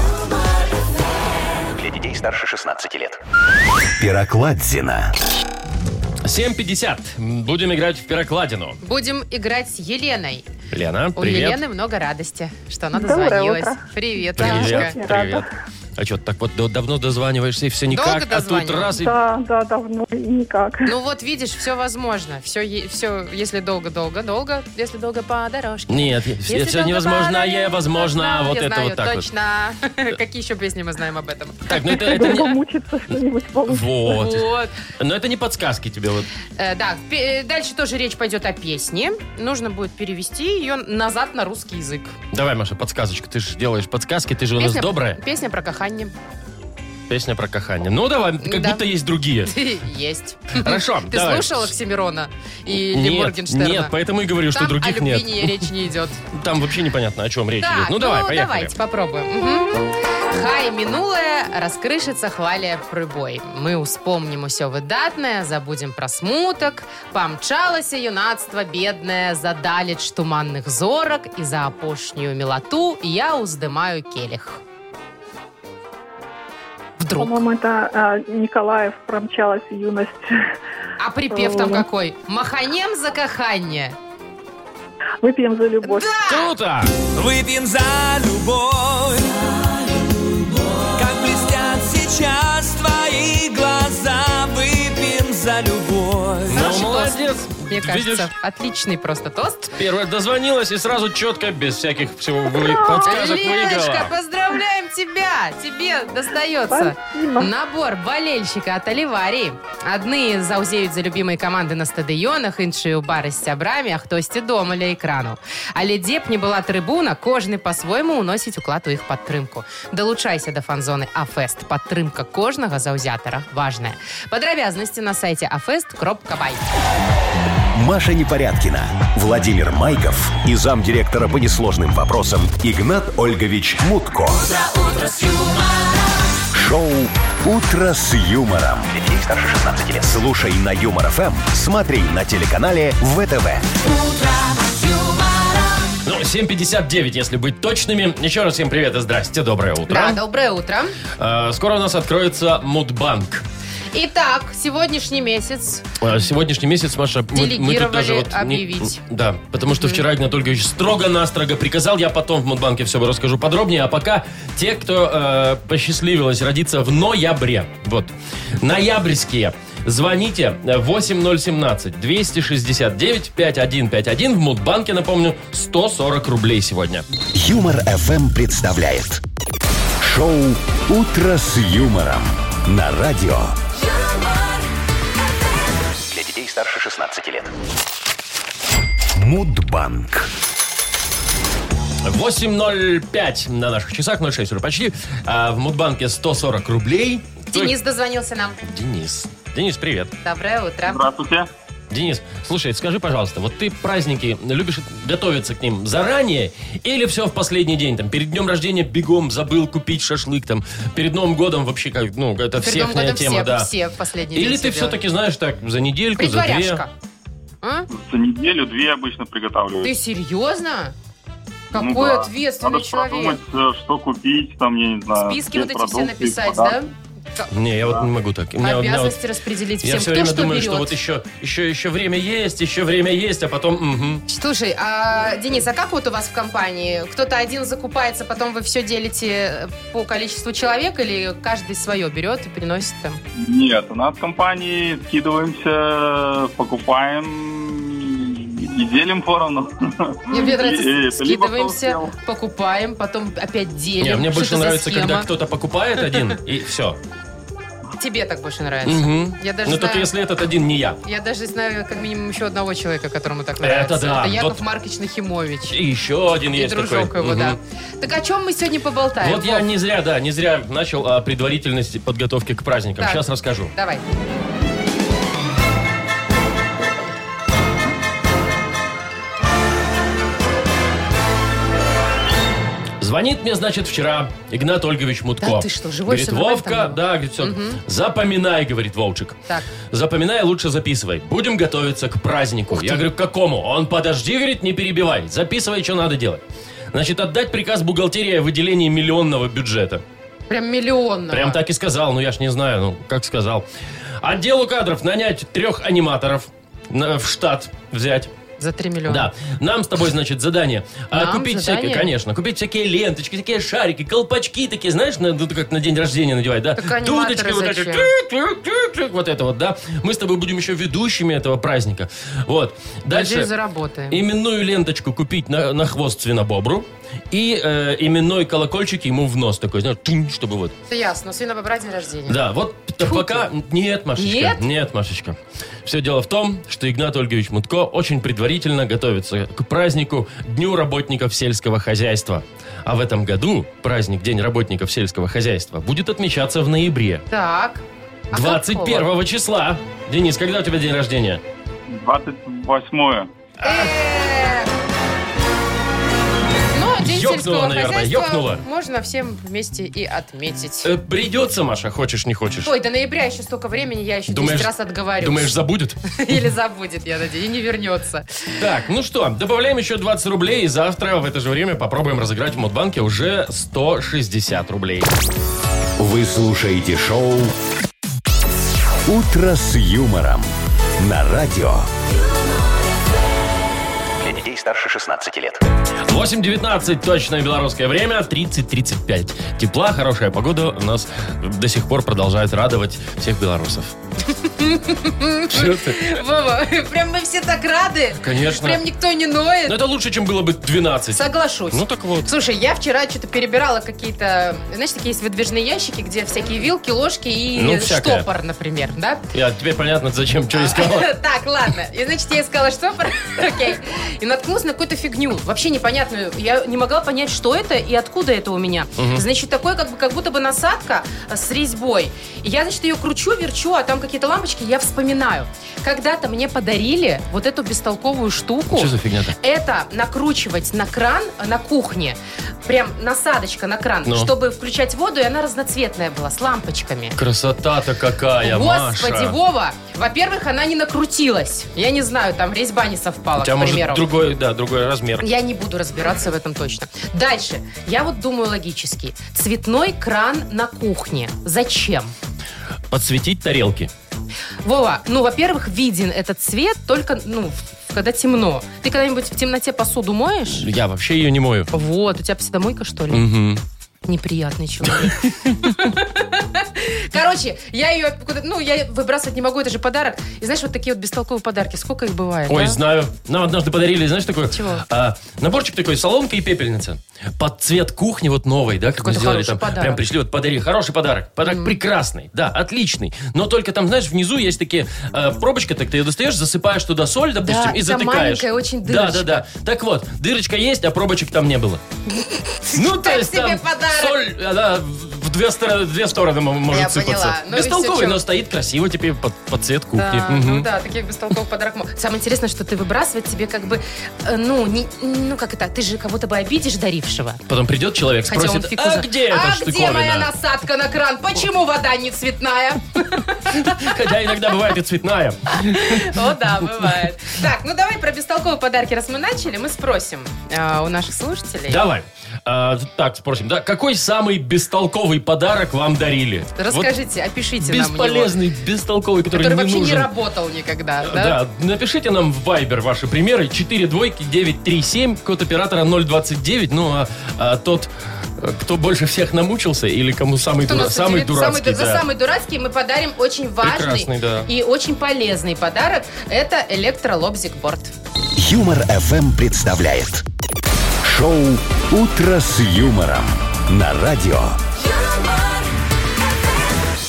Speaker 4: Для детей старше 16 лет.
Speaker 1: Пирокладзина.
Speaker 2: 7.50. Будем играть в пирокладину.
Speaker 3: Будем играть с Еленой.
Speaker 2: Лена,
Speaker 3: У
Speaker 2: привет.
Speaker 3: Елены много радости, что она
Speaker 6: Доброе
Speaker 3: дозвонилась.
Speaker 6: утро.
Speaker 3: Привет,
Speaker 2: Привет,
Speaker 3: Анечка.
Speaker 6: Очень рада.
Speaker 2: привет. А что, так вот да- давно дозваниваешься и все никак, а тут
Speaker 3: дозванивалась?
Speaker 2: раз и...
Speaker 6: Да, да, давно и никак.
Speaker 3: Ну вот видишь, все возможно. Все, все, если долго-долго, долго, если долго по дорожке.
Speaker 2: Нет,
Speaker 3: Если
Speaker 2: все
Speaker 3: долго по
Speaker 2: невозможное,
Speaker 3: дороге,
Speaker 2: а возможно,
Speaker 3: я
Speaker 2: вот это
Speaker 3: знаю,
Speaker 2: вот так вот.
Speaker 3: точно. Какие еще песни мы знаем об этом?
Speaker 2: Так, ну это, это
Speaker 6: Долго
Speaker 2: не...
Speaker 6: мучиться что-нибудь получится.
Speaker 2: Вот.
Speaker 3: Вот.
Speaker 2: Но это не подсказки тебе вот.
Speaker 3: Э, да, пе- э, дальше тоже речь пойдет о песне. Нужно будет перевести ее назад на русский язык.
Speaker 2: Давай, Маша, подсказочку. Ты же делаешь подсказки, ты же у нас добрая.
Speaker 3: Песня про кахание.
Speaker 2: Песня про кахание. Ну давай, как
Speaker 3: Да.
Speaker 2: будто есть другие.
Speaker 3: Есть.
Speaker 2: Хорошо,
Speaker 3: Ты
Speaker 2: давай.
Speaker 3: слушала Оксимирона и
Speaker 2: Нет,
Speaker 3: Моргенштерна?
Speaker 2: Нет, поэтому и говорю, что
Speaker 3: Там
Speaker 2: других
Speaker 3: о
Speaker 2: нет.
Speaker 3: любви не- речь не идет.
Speaker 2: Там вообще непонятно, о чем речь
Speaker 3: Так,
Speaker 2: идет. Ну давай, поехали.
Speaker 3: давайте попробуем. Мгм. Хай минулое раскрышится хваля прибой. Мы вспомним усё выдатное, забудем про смуток. Помчалася юнацтва бедное, задалеч туманных зорок, и за опошнюю милоту я уздымаю келих. Вдруг.
Speaker 6: По-моему, это а, Николаев промчалась юность.
Speaker 3: А припев там какой? Маханем за каханье.
Speaker 6: Выпьем за любовь.
Speaker 2: Круто!
Speaker 7: Выпьем за любовь, как блестят сейчас твои глаза. Выпьем за любовь.
Speaker 2: Ну,
Speaker 3: Хороший
Speaker 2: молодец.
Speaker 3: Мне
Speaker 2: Видишь,
Speaker 3: кажется, отличный просто тост.
Speaker 2: первая дозвонилась и сразу четко, без всяких всего вы- подсказок
Speaker 3: Леночка,
Speaker 2: выиграла.
Speaker 3: поздравляем тебя! Тебе достается
Speaker 6: Спасибо.
Speaker 3: набор болельщика от Оливарии. Одни заузеют за любимые команды на стадионах, іншие у бары с сябрами, а хтосьці дома ля экрану. Але дзе б не была трибуна, кожны по-свойму уносить уклад у их падтрымку. Долучайся до фан-зоны Афест. Падтрымка кожнага заўзятара важная. Падрабязнасці на сайте afest.by.
Speaker 1: Маша Непорядкина, Владимир Майков и замдиректора по несложным вопросам Игнат Ольгович Мутко. Шоу Утро с юмором.
Speaker 4: Для детей старше 16 лет.
Speaker 1: Слушай на Юмор ФМ, смотри на телеканале ВТВ.
Speaker 2: Ну, 7.59, если быть точными. Еще раз всем привет и здрасте, доброе
Speaker 3: Да,
Speaker 2: утро.
Speaker 3: доброе утро.
Speaker 2: Э, Скоро у нас откроется Мудбанк.
Speaker 3: Итак, сегодняшний месяц
Speaker 2: Э, Сегодняшний месяц, Маша, мы- мы, тут
Speaker 3: Делегировали
Speaker 2: даже вот... не-
Speaker 3: объявить.
Speaker 2: да, потому что вчера Игнат Ольгович строго-настрого приказал. Я потом в Мудбанке все расскажу подробнее. А пока те, кто э, посчастливилось родиться в ноябре, вот, ноябрьские, звоните э, 8017-269-5151 в Мудбанке, напомню, 140 рублей сегодня.
Speaker 1: Юмор ФМ представляет шоу Утро с юмором на радио.
Speaker 4: Для детей старше 16 лет.
Speaker 1: Мудбанк.
Speaker 2: 8.05 на наших часах, 06 уже почти. А в Мудбанке 140 рублей.
Speaker 3: Денис дозвонился нам.
Speaker 2: Ой, Денис. Денис, привет.
Speaker 3: Доброе утро.
Speaker 5: Здравствуйте.
Speaker 2: Денис, слушай, скажи, пожалуйста, вот ты праздники любишь готовиться к ним заранее или все в последний день? Там, перед днем рождения бегом забыл купить шашлык, там, перед Новым годом вообще, как, ну, это
Speaker 3: Перед Новым
Speaker 2: всехная
Speaker 3: годом
Speaker 2: тема,
Speaker 3: все,
Speaker 2: да.
Speaker 3: все в последний
Speaker 2: Или
Speaker 3: день
Speaker 2: ты
Speaker 3: всё делают.
Speaker 2: все-таки знаешь так, за недельку, за две.
Speaker 3: Притворяшка. А?
Speaker 5: За неделю-две обычно приготавливаю.
Speaker 3: Ты серьезно? Какой
Speaker 5: Ну да.
Speaker 3: ответственный
Speaker 5: Надо
Speaker 3: человек.
Speaker 5: продумать, э, что купить, там, я не знаю.
Speaker 3: Списки
Speaker 5: где
Speaker 3: вот эти все
Speaker 5: продукты,
Speaker 3: написать,
Speaker 5: подарки.
Speaker 3: да?
Speaker 2: Не, я вот не могу так. У меня- у меня вот-
Speaker 3: Обязанности распределить
Speaker 2: я
Speaker 3: всем,
Speaker 2: все
Speaker 3: кто
Speaker 2: время
Speaker 3: что
Speaker 2: думаю,
Speaker 3: берет.
Speaker 2: что вот еще, еще, еще время есть, еще время есть, а потом... мгм.
Speaker 3: Слушай, а, Денис, а как вот у вас в компании? Кто-то один закупается, потом вы все делите по количеству человек или каждый свое берет и приносит там?
Speaker 5: Нет, у нас в компании скидываемся, покупаем и делим поровну.
Speaker 3: Мне нравится,
Speaker 5: И- и это либо кто
Speaker 3: скидываемся,
Speaker 5: успел.
Speaker 3: покупаем, потом опять делим.
Speaker 2: Не, мне
Speaker 3: Что
Speaker 2: больше
Speaker 3: это за
Speaker 2: нравится, когда
Speaker 3: схема?
Speaker 2: кто-то покупает один, и все.
Speaker 3: Тебе так больше нравится.
Speaker 2: Мгм.
Speaker 3: Я даже
Speaker 2: Но только
Speaker 3: знаю-
Speaker 2: если этот один не я.
Speaker 3: Я даже знаю как минимум еще одного человека, которому так
Speaker 2: Это
Speaker 3: нравится.
Speaker 2: да.
Speaker 3: Яков
Speaker 2: Вот-
Speaker 3: Маркович Нахимович.
Speaker 2: И еще один
Speaker 3: И
Speaker 2: есть
Speaker 3: дружок
Speaker 2: такой.
Speaker 3: его,
Speaker 2: Мгм.
Speaker 3: да. Так о чем мы сегодня поболтаем?
Speaker 2: Вот я
Speaker 3: Вов?
Speaker 2: не зря, да, не зря начал о предварительности подготовки к праздникам.
Speaker 3: Так.
Speaker 2: Сейчас расскажу.
Speaker 3: Давай.
Speaker 2: Звонит мне, значит, вчера Игнат Ольгович Мутко.
Speaker 3: Да ты что, живой,
Speaker 2: Говорит,
Speaker 3: всё нормально
Speaker 2: Вовка,
Speaker 3: там было?»
Speaker 2: да, говорит, все.
Speaker 3: Мгм.
Speaker 2: Запоминай, говорит Вовчик.
Speaker 3: Так.
Speaker 2: Запоминай, лучше записывай. Будем готовиться к празднику. Я говорю, к какому? Он, подожди, говорит, не перебивай. Записывай, что надо делать. Значит, отдать приказ бухгалтерии о выделении миллионного бюджета.
Speaker 3: Прям миллионного.
Speaker 2: Прям так и сказал, ну я ж не знаю, ну как сказал. Отделу кадров нанять трех аниматоров на- в штат взять.
Speaker 3: За 3 миллиона.
Speaker 2: Да. Нам с тобой, значит, задание. А,
Speaker 3: Нам
Speaker 2: купить
Speaker 3: задание?
Speaker 2: всякие, конечно, купить всякие ленточки, такие шарики, колпачки такие, знаешь, на, ну, как на день рождения надевать, да?
Speaker 3: Так аниматоры
Speaker 2: вот эти,
Speaker 3: зачем?
Speaker 2: тю-тю-тю-тю, вот это вот, да. Мы с тобой будем еще ведущими этого праздника. Вот.
Speaker 3: Надеюсь,
Speaker 2: Дальше.
Speaker 3: заработаем.
Speaker 2: Именную ленточку купить на, на хвост свинобобру и э, именной колокольчик ему в нос такой, знаешь, тынь, чтобы вот.
Speaker 3: Это ясно. Свинобобра день рождения.
Speaker 2: Да, вот т-
Speaker 3: Тьфу
Speaker 2: пока... Нет, Машечка.
Speaker 3: Нет?
Speaker 2: Машечка. Все дело в том, что Игнат Ольгович Мутко очень предварительно готовится к празднику Дню работников сельского хозяйства. А в этом году праздник День работников сельского хозяйства будет отмечаться в ноябре.
Speaker 3: Так. А
Speaker 2: 21
Speaker 3: какого?
Speaker 2: числа. Денис, когда у тебя день рождения?
Speaker 5: 28
Speaker 3: Э, Ну, день
Speaker 2: ёкнуло, наверное, ёкнуло.
Speaker 3: Можно всем вместе и отметить.
Speaker 2: Э, Придется, Маша, хочешь, не хочешь.
Speaker 3: Ой, до ноября еще столько времени, я еще 10 раз отговорю.
Speaker 2: думаешь, забудет?
Speaker 3: Или забудет, я надеюсь, и не вернется.
Speaker 2: Так, ну что, добавляем еще 20 рублей, и завтра в это же время попробуем разыграть в Мудбанке уже 160 рублей.
Speaker 1: Вы слушаете шоу «Утро с юмором» на радио.
Speaker 4: Для детей старше 16 лет.
Speaker 2: 8.19, точное белорусское время, 30.35. Тепла, хорошая погода у нас до сих пор продолжает радовать всех белорусов. Чё ты?
Speaker 3: Вова, прям мы все так рады.
Speaker 2: Конечно.
Speaker 3: Прям никто не ноет.
Speaker 2: Ну, это лучше, чем было бы 12.
Speaker 3: Соглашусь.
Speaker 2: Ну, так вот.
Speaker 3: Слушай, я вчера что-то перебирала какие-то, знаешь, такие есть выдвижные ящики, где всякие вилки, ложки и
Speaker 2: Ну, всякое.
Speaker 3: штопор, например, да?
Speaker 2: Я, теперь понятно, зачем что искала.
Speaker 3: Так, ладно. И, значит, я искала штопор, окей, и наткнулась на какую-то фигню, вообще непонятную. Я не могла понять, что это и откуда это у меня. Значит, такое как бы как будто бы насадка э, с резьбой. И я, значит, ее кручу, верчу, а там какие-то лампочки, я вспоминаю. Когда-то мне подарили вот эту бестолковую штуку.
Speaker 2: Что за фигня-то?
Speaker 3: Это накручивать на кран э, на кухне. Прям насадочка на кран,
Speaker 2: Ну.
Speaker 3: чтобы включать воду, и она разноцветная была, с лампочками.
Speaker 2: Красота-то какая, А
Speaker 3: Господи,
Speaker 2: Маша.
Speaker 3: Вова! Во-первых, она не накрутилась. Я не знаю, там резьба не совпала,
Speaker 2: У тебя,
Speaker 3: к примеру.
Speaker 2: может, другой, да, другой размер.
Speaker 3: Я не буду разбираться в этом точно. Дальше. Я вот думаю логически. Цветной кран на кухне. Зачем?
Speaker 2: Подсветить тарелки.
Speaker 3: Вова, ну, во-первых, виден этот цвет только, ну, в- когда темно. Ты когда-нибудь в темноте посуду моешь?
Speaker 2: Я вообще ее не мою.
Speaker 3: Вот, у тебя посудомойка, что ли?
Speaker 2: Мгм.
Speaker 3: Неприятный человек. Короче, я ее куда- ну, я выбрасывать не могу, это же подарок. И знаешь, вот такие вот бестолковые подарки, сколько их бывает, а?
Speaker 2: Ой,
Speaker 3: да?
Speaker 2: знаю. Нам однажды подарили, знаешь, такой
Speaker 3: Чего?
Speaker 2: а, наборчик такой, соломка и пепельница. Под цвет кухни вот новой, да, как мы
Speaker 3: Какой-то
Speaker 2: сделали
Speaker 3: хороший
Speaker 2: там.
Speaker 3: подарок.
Speaker 2: Прям пришли, вот подарили. Хороший подарок. Подарок прекрасный, да, отличный. Но только там, знаешь, внизу есть такие э, пробочка, так ты ее достаешь, засыпаешь туда соль, допустим, и
Speaker 3: там
Speaker 2: затыкаешь.
Speaker 3: маленькая очень дырочка.
Speaker 2: Да, да, да. Так вот, дырочка есть, а пробочек там не было. Ну, то
Speaker 3: Так
Speaker 2: есть
Speaker 3: себе
Speaker 2: там
Speaker 3: подарок.
Speaker 2: соль, она в две стор- две стороны м-
Speaker 3: Я
Speaker 2: может
Speaker 3: поняла.
Speaker 2: сыпаться.
Speaker 3: Ну и всё,
Speaker 2: Бестолковый,
Speaker 3: чем-
Speaker 2: но стоит красиво теперь под под цвет кухни.
Speaker 3: Да,
Speaker 2: Мгм.
Speaker 3: ну да, таких бестолковых подарок. мало. Самое интересное, что ты выбрасывать тебе как бы, э, ну, не, ну как это, ты же как будто бы обидишь дарившего.
Speaker 2: Потом придет человек,
Speaker 3: Хотя он
Speaker 2: спросит,
Speaker 3: фиг
Speaker 2: а
Speaker 3: узнает.
Speaker 2: где эта
Speaker 3: А где
Speaker 2: штуковина?
Speaker 3: моя насадка на кран? Почему вода не цветная?
Speaker 2: Хотя иногда бывает и цветная.
Speaker 3: О, да, бывает. Так, ну давай про бестолковые подарки, раз мы начали, мы спросим э, у наших слушателей.
Speaker 2: Давай. А, так, спросим, да, какой самый бестолковый подарок вам дарили?
Speaker 3: Расскажите, опишите
Speaker 2: Вот
Speaker 3: нам его,
Speaker 2: бесполезный, бестолковый, который,
Speaker 3: который
Speaker 2: не
Speaker 3: вообще не
Speaker 2: нужен.
Speaker 3: работал никогда, да?
Speaker 2: Да, напишите нам в Viber ваши примеры. 4 двойки 937, код оператора 029. Ну, а, а тот, э, кто больше всех намучился или кому самый,
Speaker 3: Кто
Speaker 2: дура-
Speaker 3: нас
Speaker 2: самый
Speaker 3: удивит?
Speaker 2: дурацкий,
Speaker 3: Самый, За
Speaker 2: да.
Speaker 3: самый дурацкий мы подарим очень важный
Speaker 2: Прекрасный, да.
Speaker 3: и очень полезный подарок. Это электролобзикборд.
Speaker 1: Юмор FM представляет шоу Утро с юмором на радио.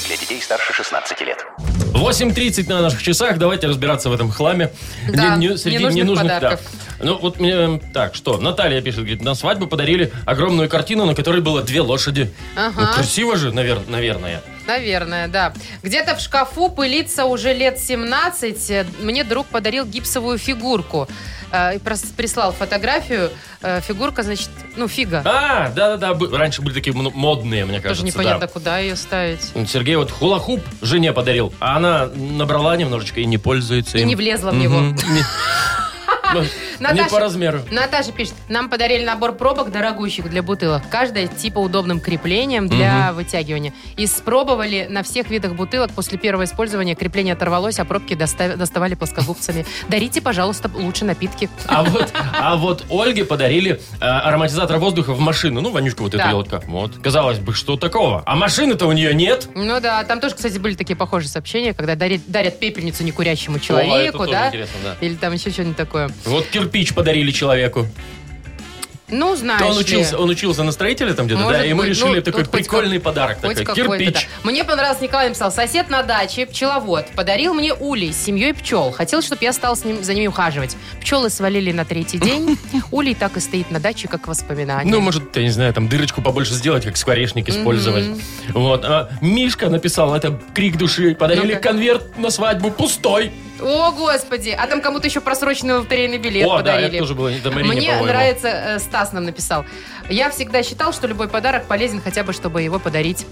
Speaker 4: Для детей старше 16 лет.
Speaker 2: 8.30 на наших часах. Давайте разбираться в этом хламе.
Speaker 3: Да, ненужных
Speaker 2: да.
Speaker 3: подарков.
Speaker 2: Ну, вот мне... эм, Так, что? Наталья пишет, говорит, на свадьбу подарили огромную картину, на которой было две лошади.
Speaker 3: Ага.
Speaker 2: Ну, красиво же, навер- наверное.
Speaker 3: Наверное, да. Где-то в шкафу пылится уже лет 17. Э, Мне друг подарил гипсовую фигурку. Э, и прос- прислал фотографию. Э, Фигурка, значит, ну, фига.
Speaker 2: А, да-да-да, бы- раньше были такие мно- модные, мне кажется.
Speaker 3: Тоже непонятно, куда ее ставить.
Speaker 2: да. Сергей вот хула-хуп жене подарил, а она набрала немножечко и не пользуется
Speaker 3: И
Speaker 2: им.
Speaker 3: не влезла в
Speaker 2: Мгм.
Speaker 3: него.
Speaker 2: Не- Ну, Не
Speaker 3: Наташа-
Speaker 2: по размеру.
Speaker 3: Наташа пишет, нам подарили набор пробок дорогущих для бутылок. Каждая с типа удобным креплением для вытягивания. Испробовали на всех видах бутылок. После первого использования крепление оторвалось, а пробки доста- доставали плоскогубцами. Дарите, пожалуйста, лучше напитки.
Speaker 2: А вот, а вот Ольге подарили э, ароматизатор воздуха в машину. Ну, вонючку вот эту
Speaker 3: Да.
Speaker 2: елка. Вот. Казалось бы, что такого? А машины-то у нее нет.
Speaker 3: Ну да, там тоже, кстати, были такие похожие сообщения, когда дарит- дарят пепельницу некурящему
Speaker 2: О, это
Speaker 3: человеку,
Speaker 2: тоже
Speaker 3: да?
Speaker 2: интересно, да.
Speaker 3: Или там еще что-нибудь такое.
Speaker 2: Вот кирпич подарили человеку.
Speaker 3: Ну, знаешь
Speaker 2: То он
Speaker 3: ли.
Speaker 2: учился, он учился на строителя там где-то,
Speaker 3: Может
Speaker 2: да, и мы
Speaker 3: быть,
Speaker 2: решили
Speaker 3: ну,
Speaker 2: такой
Speaker 3: тут хоть
Speaker 2: прикольный
Speaker 3: как-
Speaker 2: подарок.
Speaker 3: Хоть
Speaker 2: Такой,
Speaker 3: какой-то,
Speaker 2: кирпич. Ну,
Speaker 3: да. Мне понравился, Николай написал, сосед на даче, пчеловод, подарил мне улей с семьей пчел. Хотел, чтобы я стал с ним, за ними ухаживать. Пчелы свалили на третий день. Улей так и стоит на даче, как воспоминание.
Speaker 2: Ну, может, я не знаю, там дырочку побольше сделать, как скворечник использовать. Вот. А Мишка написал, это крик души, подарили
Speaker 3: Ну-ка.
Speaker 2: конверт на свадьбу пустой.
Speaker 3: О, господи! А там кому-то еще просроченный лотерейный билет
Speaker 2: О, да,
Speaker 3: подарили.
Speaker 2: это тоже было не до Марине,
Speaker 3: Мне
Speaker 2: по-моему.
Speaker 3: нравится, э, Стас нам написал. Я всегда считал, что любой подарок полезен хотя бы, чтобы его подарить,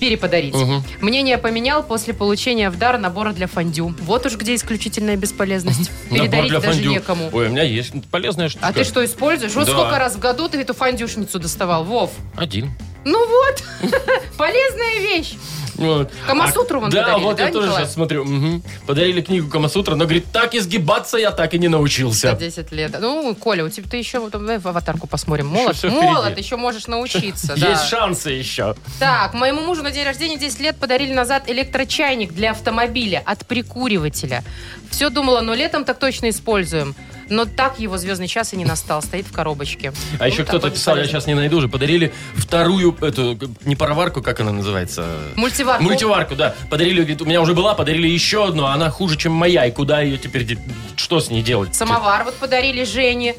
Speaker 3: переподарить.
Speaker 2: Мгм.
Speaker 3: Мнение поменял после получения в дар набора для фондю. Вот уж где исключительная бесполезность.
Speaker 2: Набор
Speaker 3: Передарить
Speaker 2: для
Speaker 3: даже
Speaker 2: фондю.
Speaker 3: некому.
Speaker 2: Ой, у меня есть полезная штука.
Speaker 3: А ты что, используешь? Вот
Speaker 2: Да.
Speaker 3: сколько раз в году ты эту фондюшницу доставал, Вов?
Speaker 2: Один.
Speaker 3: Ну вот, полезная вещь.
Speaker 2: Вот.
Speaker 3: Камасутру вам
Speaker 2: да,
Speaker 3: подарили,
Speaker 2: вот
Speaker 3: да,
Speaker 2: я тоже
Speaker 3: Николай?
Speaker 2: сейчас смотрю. Мгм. Подарили книгу Камасутра, но, говорит, так изгибаться я так и не
Speaker 3: За
Speaker 2: научился.
Speaker 3: 10 лет. Ну, Коля, у тебя ты еще вот, давай в аватарку посмотрим.
Speaker 2: Еще
Speaker 3: Молод,
Speaker 2: всё впереди.
Speaker 3: молод, еще можешь научиться. да.
Speaker 2: Есть шансы еще.
Speaker 3: Так, моему мужу на день рождения 10 лет подарили назад электрочайник для автомобиля от прикуривателя. Все думала, ну летом так точно используем. Но так его звездный час и не настал, стоит в коробочке.
Speaker 2: А еще
Speaker 3: Ну,
Speaker 2: кто-то
Speaker 3: такой
Speaker 2: писал, я
Speaker 3: полезный.
Speaker 2: сейчас не найду уже, подарили вторую, эту, не пароварку, как она называется?
Speaker 3: Мультиварку.
Speaker 2: Мультиварку, да. Подарили, говорит, у меня уже была, подарили еще одну, а она хуже, чем моя, и куда ее теперь, де- что с ней делать?
Speaker 3: Самовар вот подарили Жене.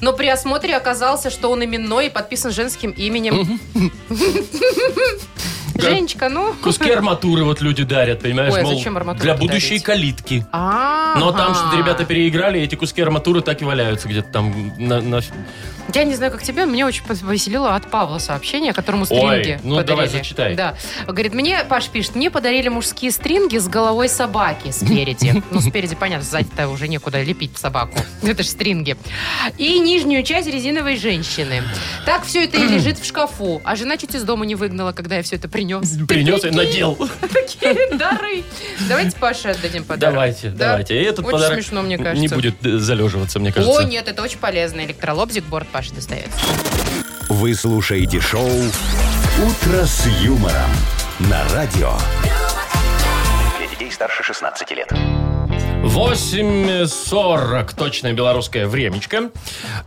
Speaker 3: Но при осмотре оказалось, что он именной и подписан женским именем. Женечка, ну...
Speaker 2: Куски арматуры вот люди дарят, понимаешь?
Speaker 3: Ой, а
Speaker 2: мол,
Speaker 3: зачем арматуру
Speaker 2: Для
Speaker 3: дарить?
Speaker 2: будущей калитки. Но
Speaker 3: Но
Speaker 2: там что-то ребята переиграли, и эти куски арматуры так и валяются где-то там. На, на-
Speaker 3: Я не знаю, как тебе, мне очень повеселило от Павла сообщение, которому стринги
Speaker 2: ну,
Speaker 3: подарили.
Speaker 2: давай, зачитай.
Speaker 3: Да. Говорит, мне, Паш пишет, мне подарили мужские стринги с головой собаки спереди. Ну, спереди, понятно, сзади-то уже некуда лепить собаку. Это же стринги. И нижнюю часть резиновой женщины. Так все это и лежит в шкафу. А жена чуть из дома не выгнала, когда я все это принес.
Speaker 2: Принес и надел.
Speaker 3: Такие дары. Давайте Паше отдадим подарок.
Speaker 2: Давайте,
Speaker 3: Да?
Speaker 2: давайте. И этот
Speaker 3: Очень
Speaker 2: подарок
Speaker 3: смешно, мне
Speaker 2: не
Speaker 3: кажется.
Speaker 2: будет э, залеживаться, мне
Speaker 3: О,
Speaker 2: кажется.
Speaker 3: нет, это очень полезно. Электролобзик борт Паше достается.
Speaker 1: Вы слушаете шоу «Утро с юмором» на радио.
Speaker 4: Для детей старше 16 лет.
Speaker 2: 8.40, точное белорусское времечко.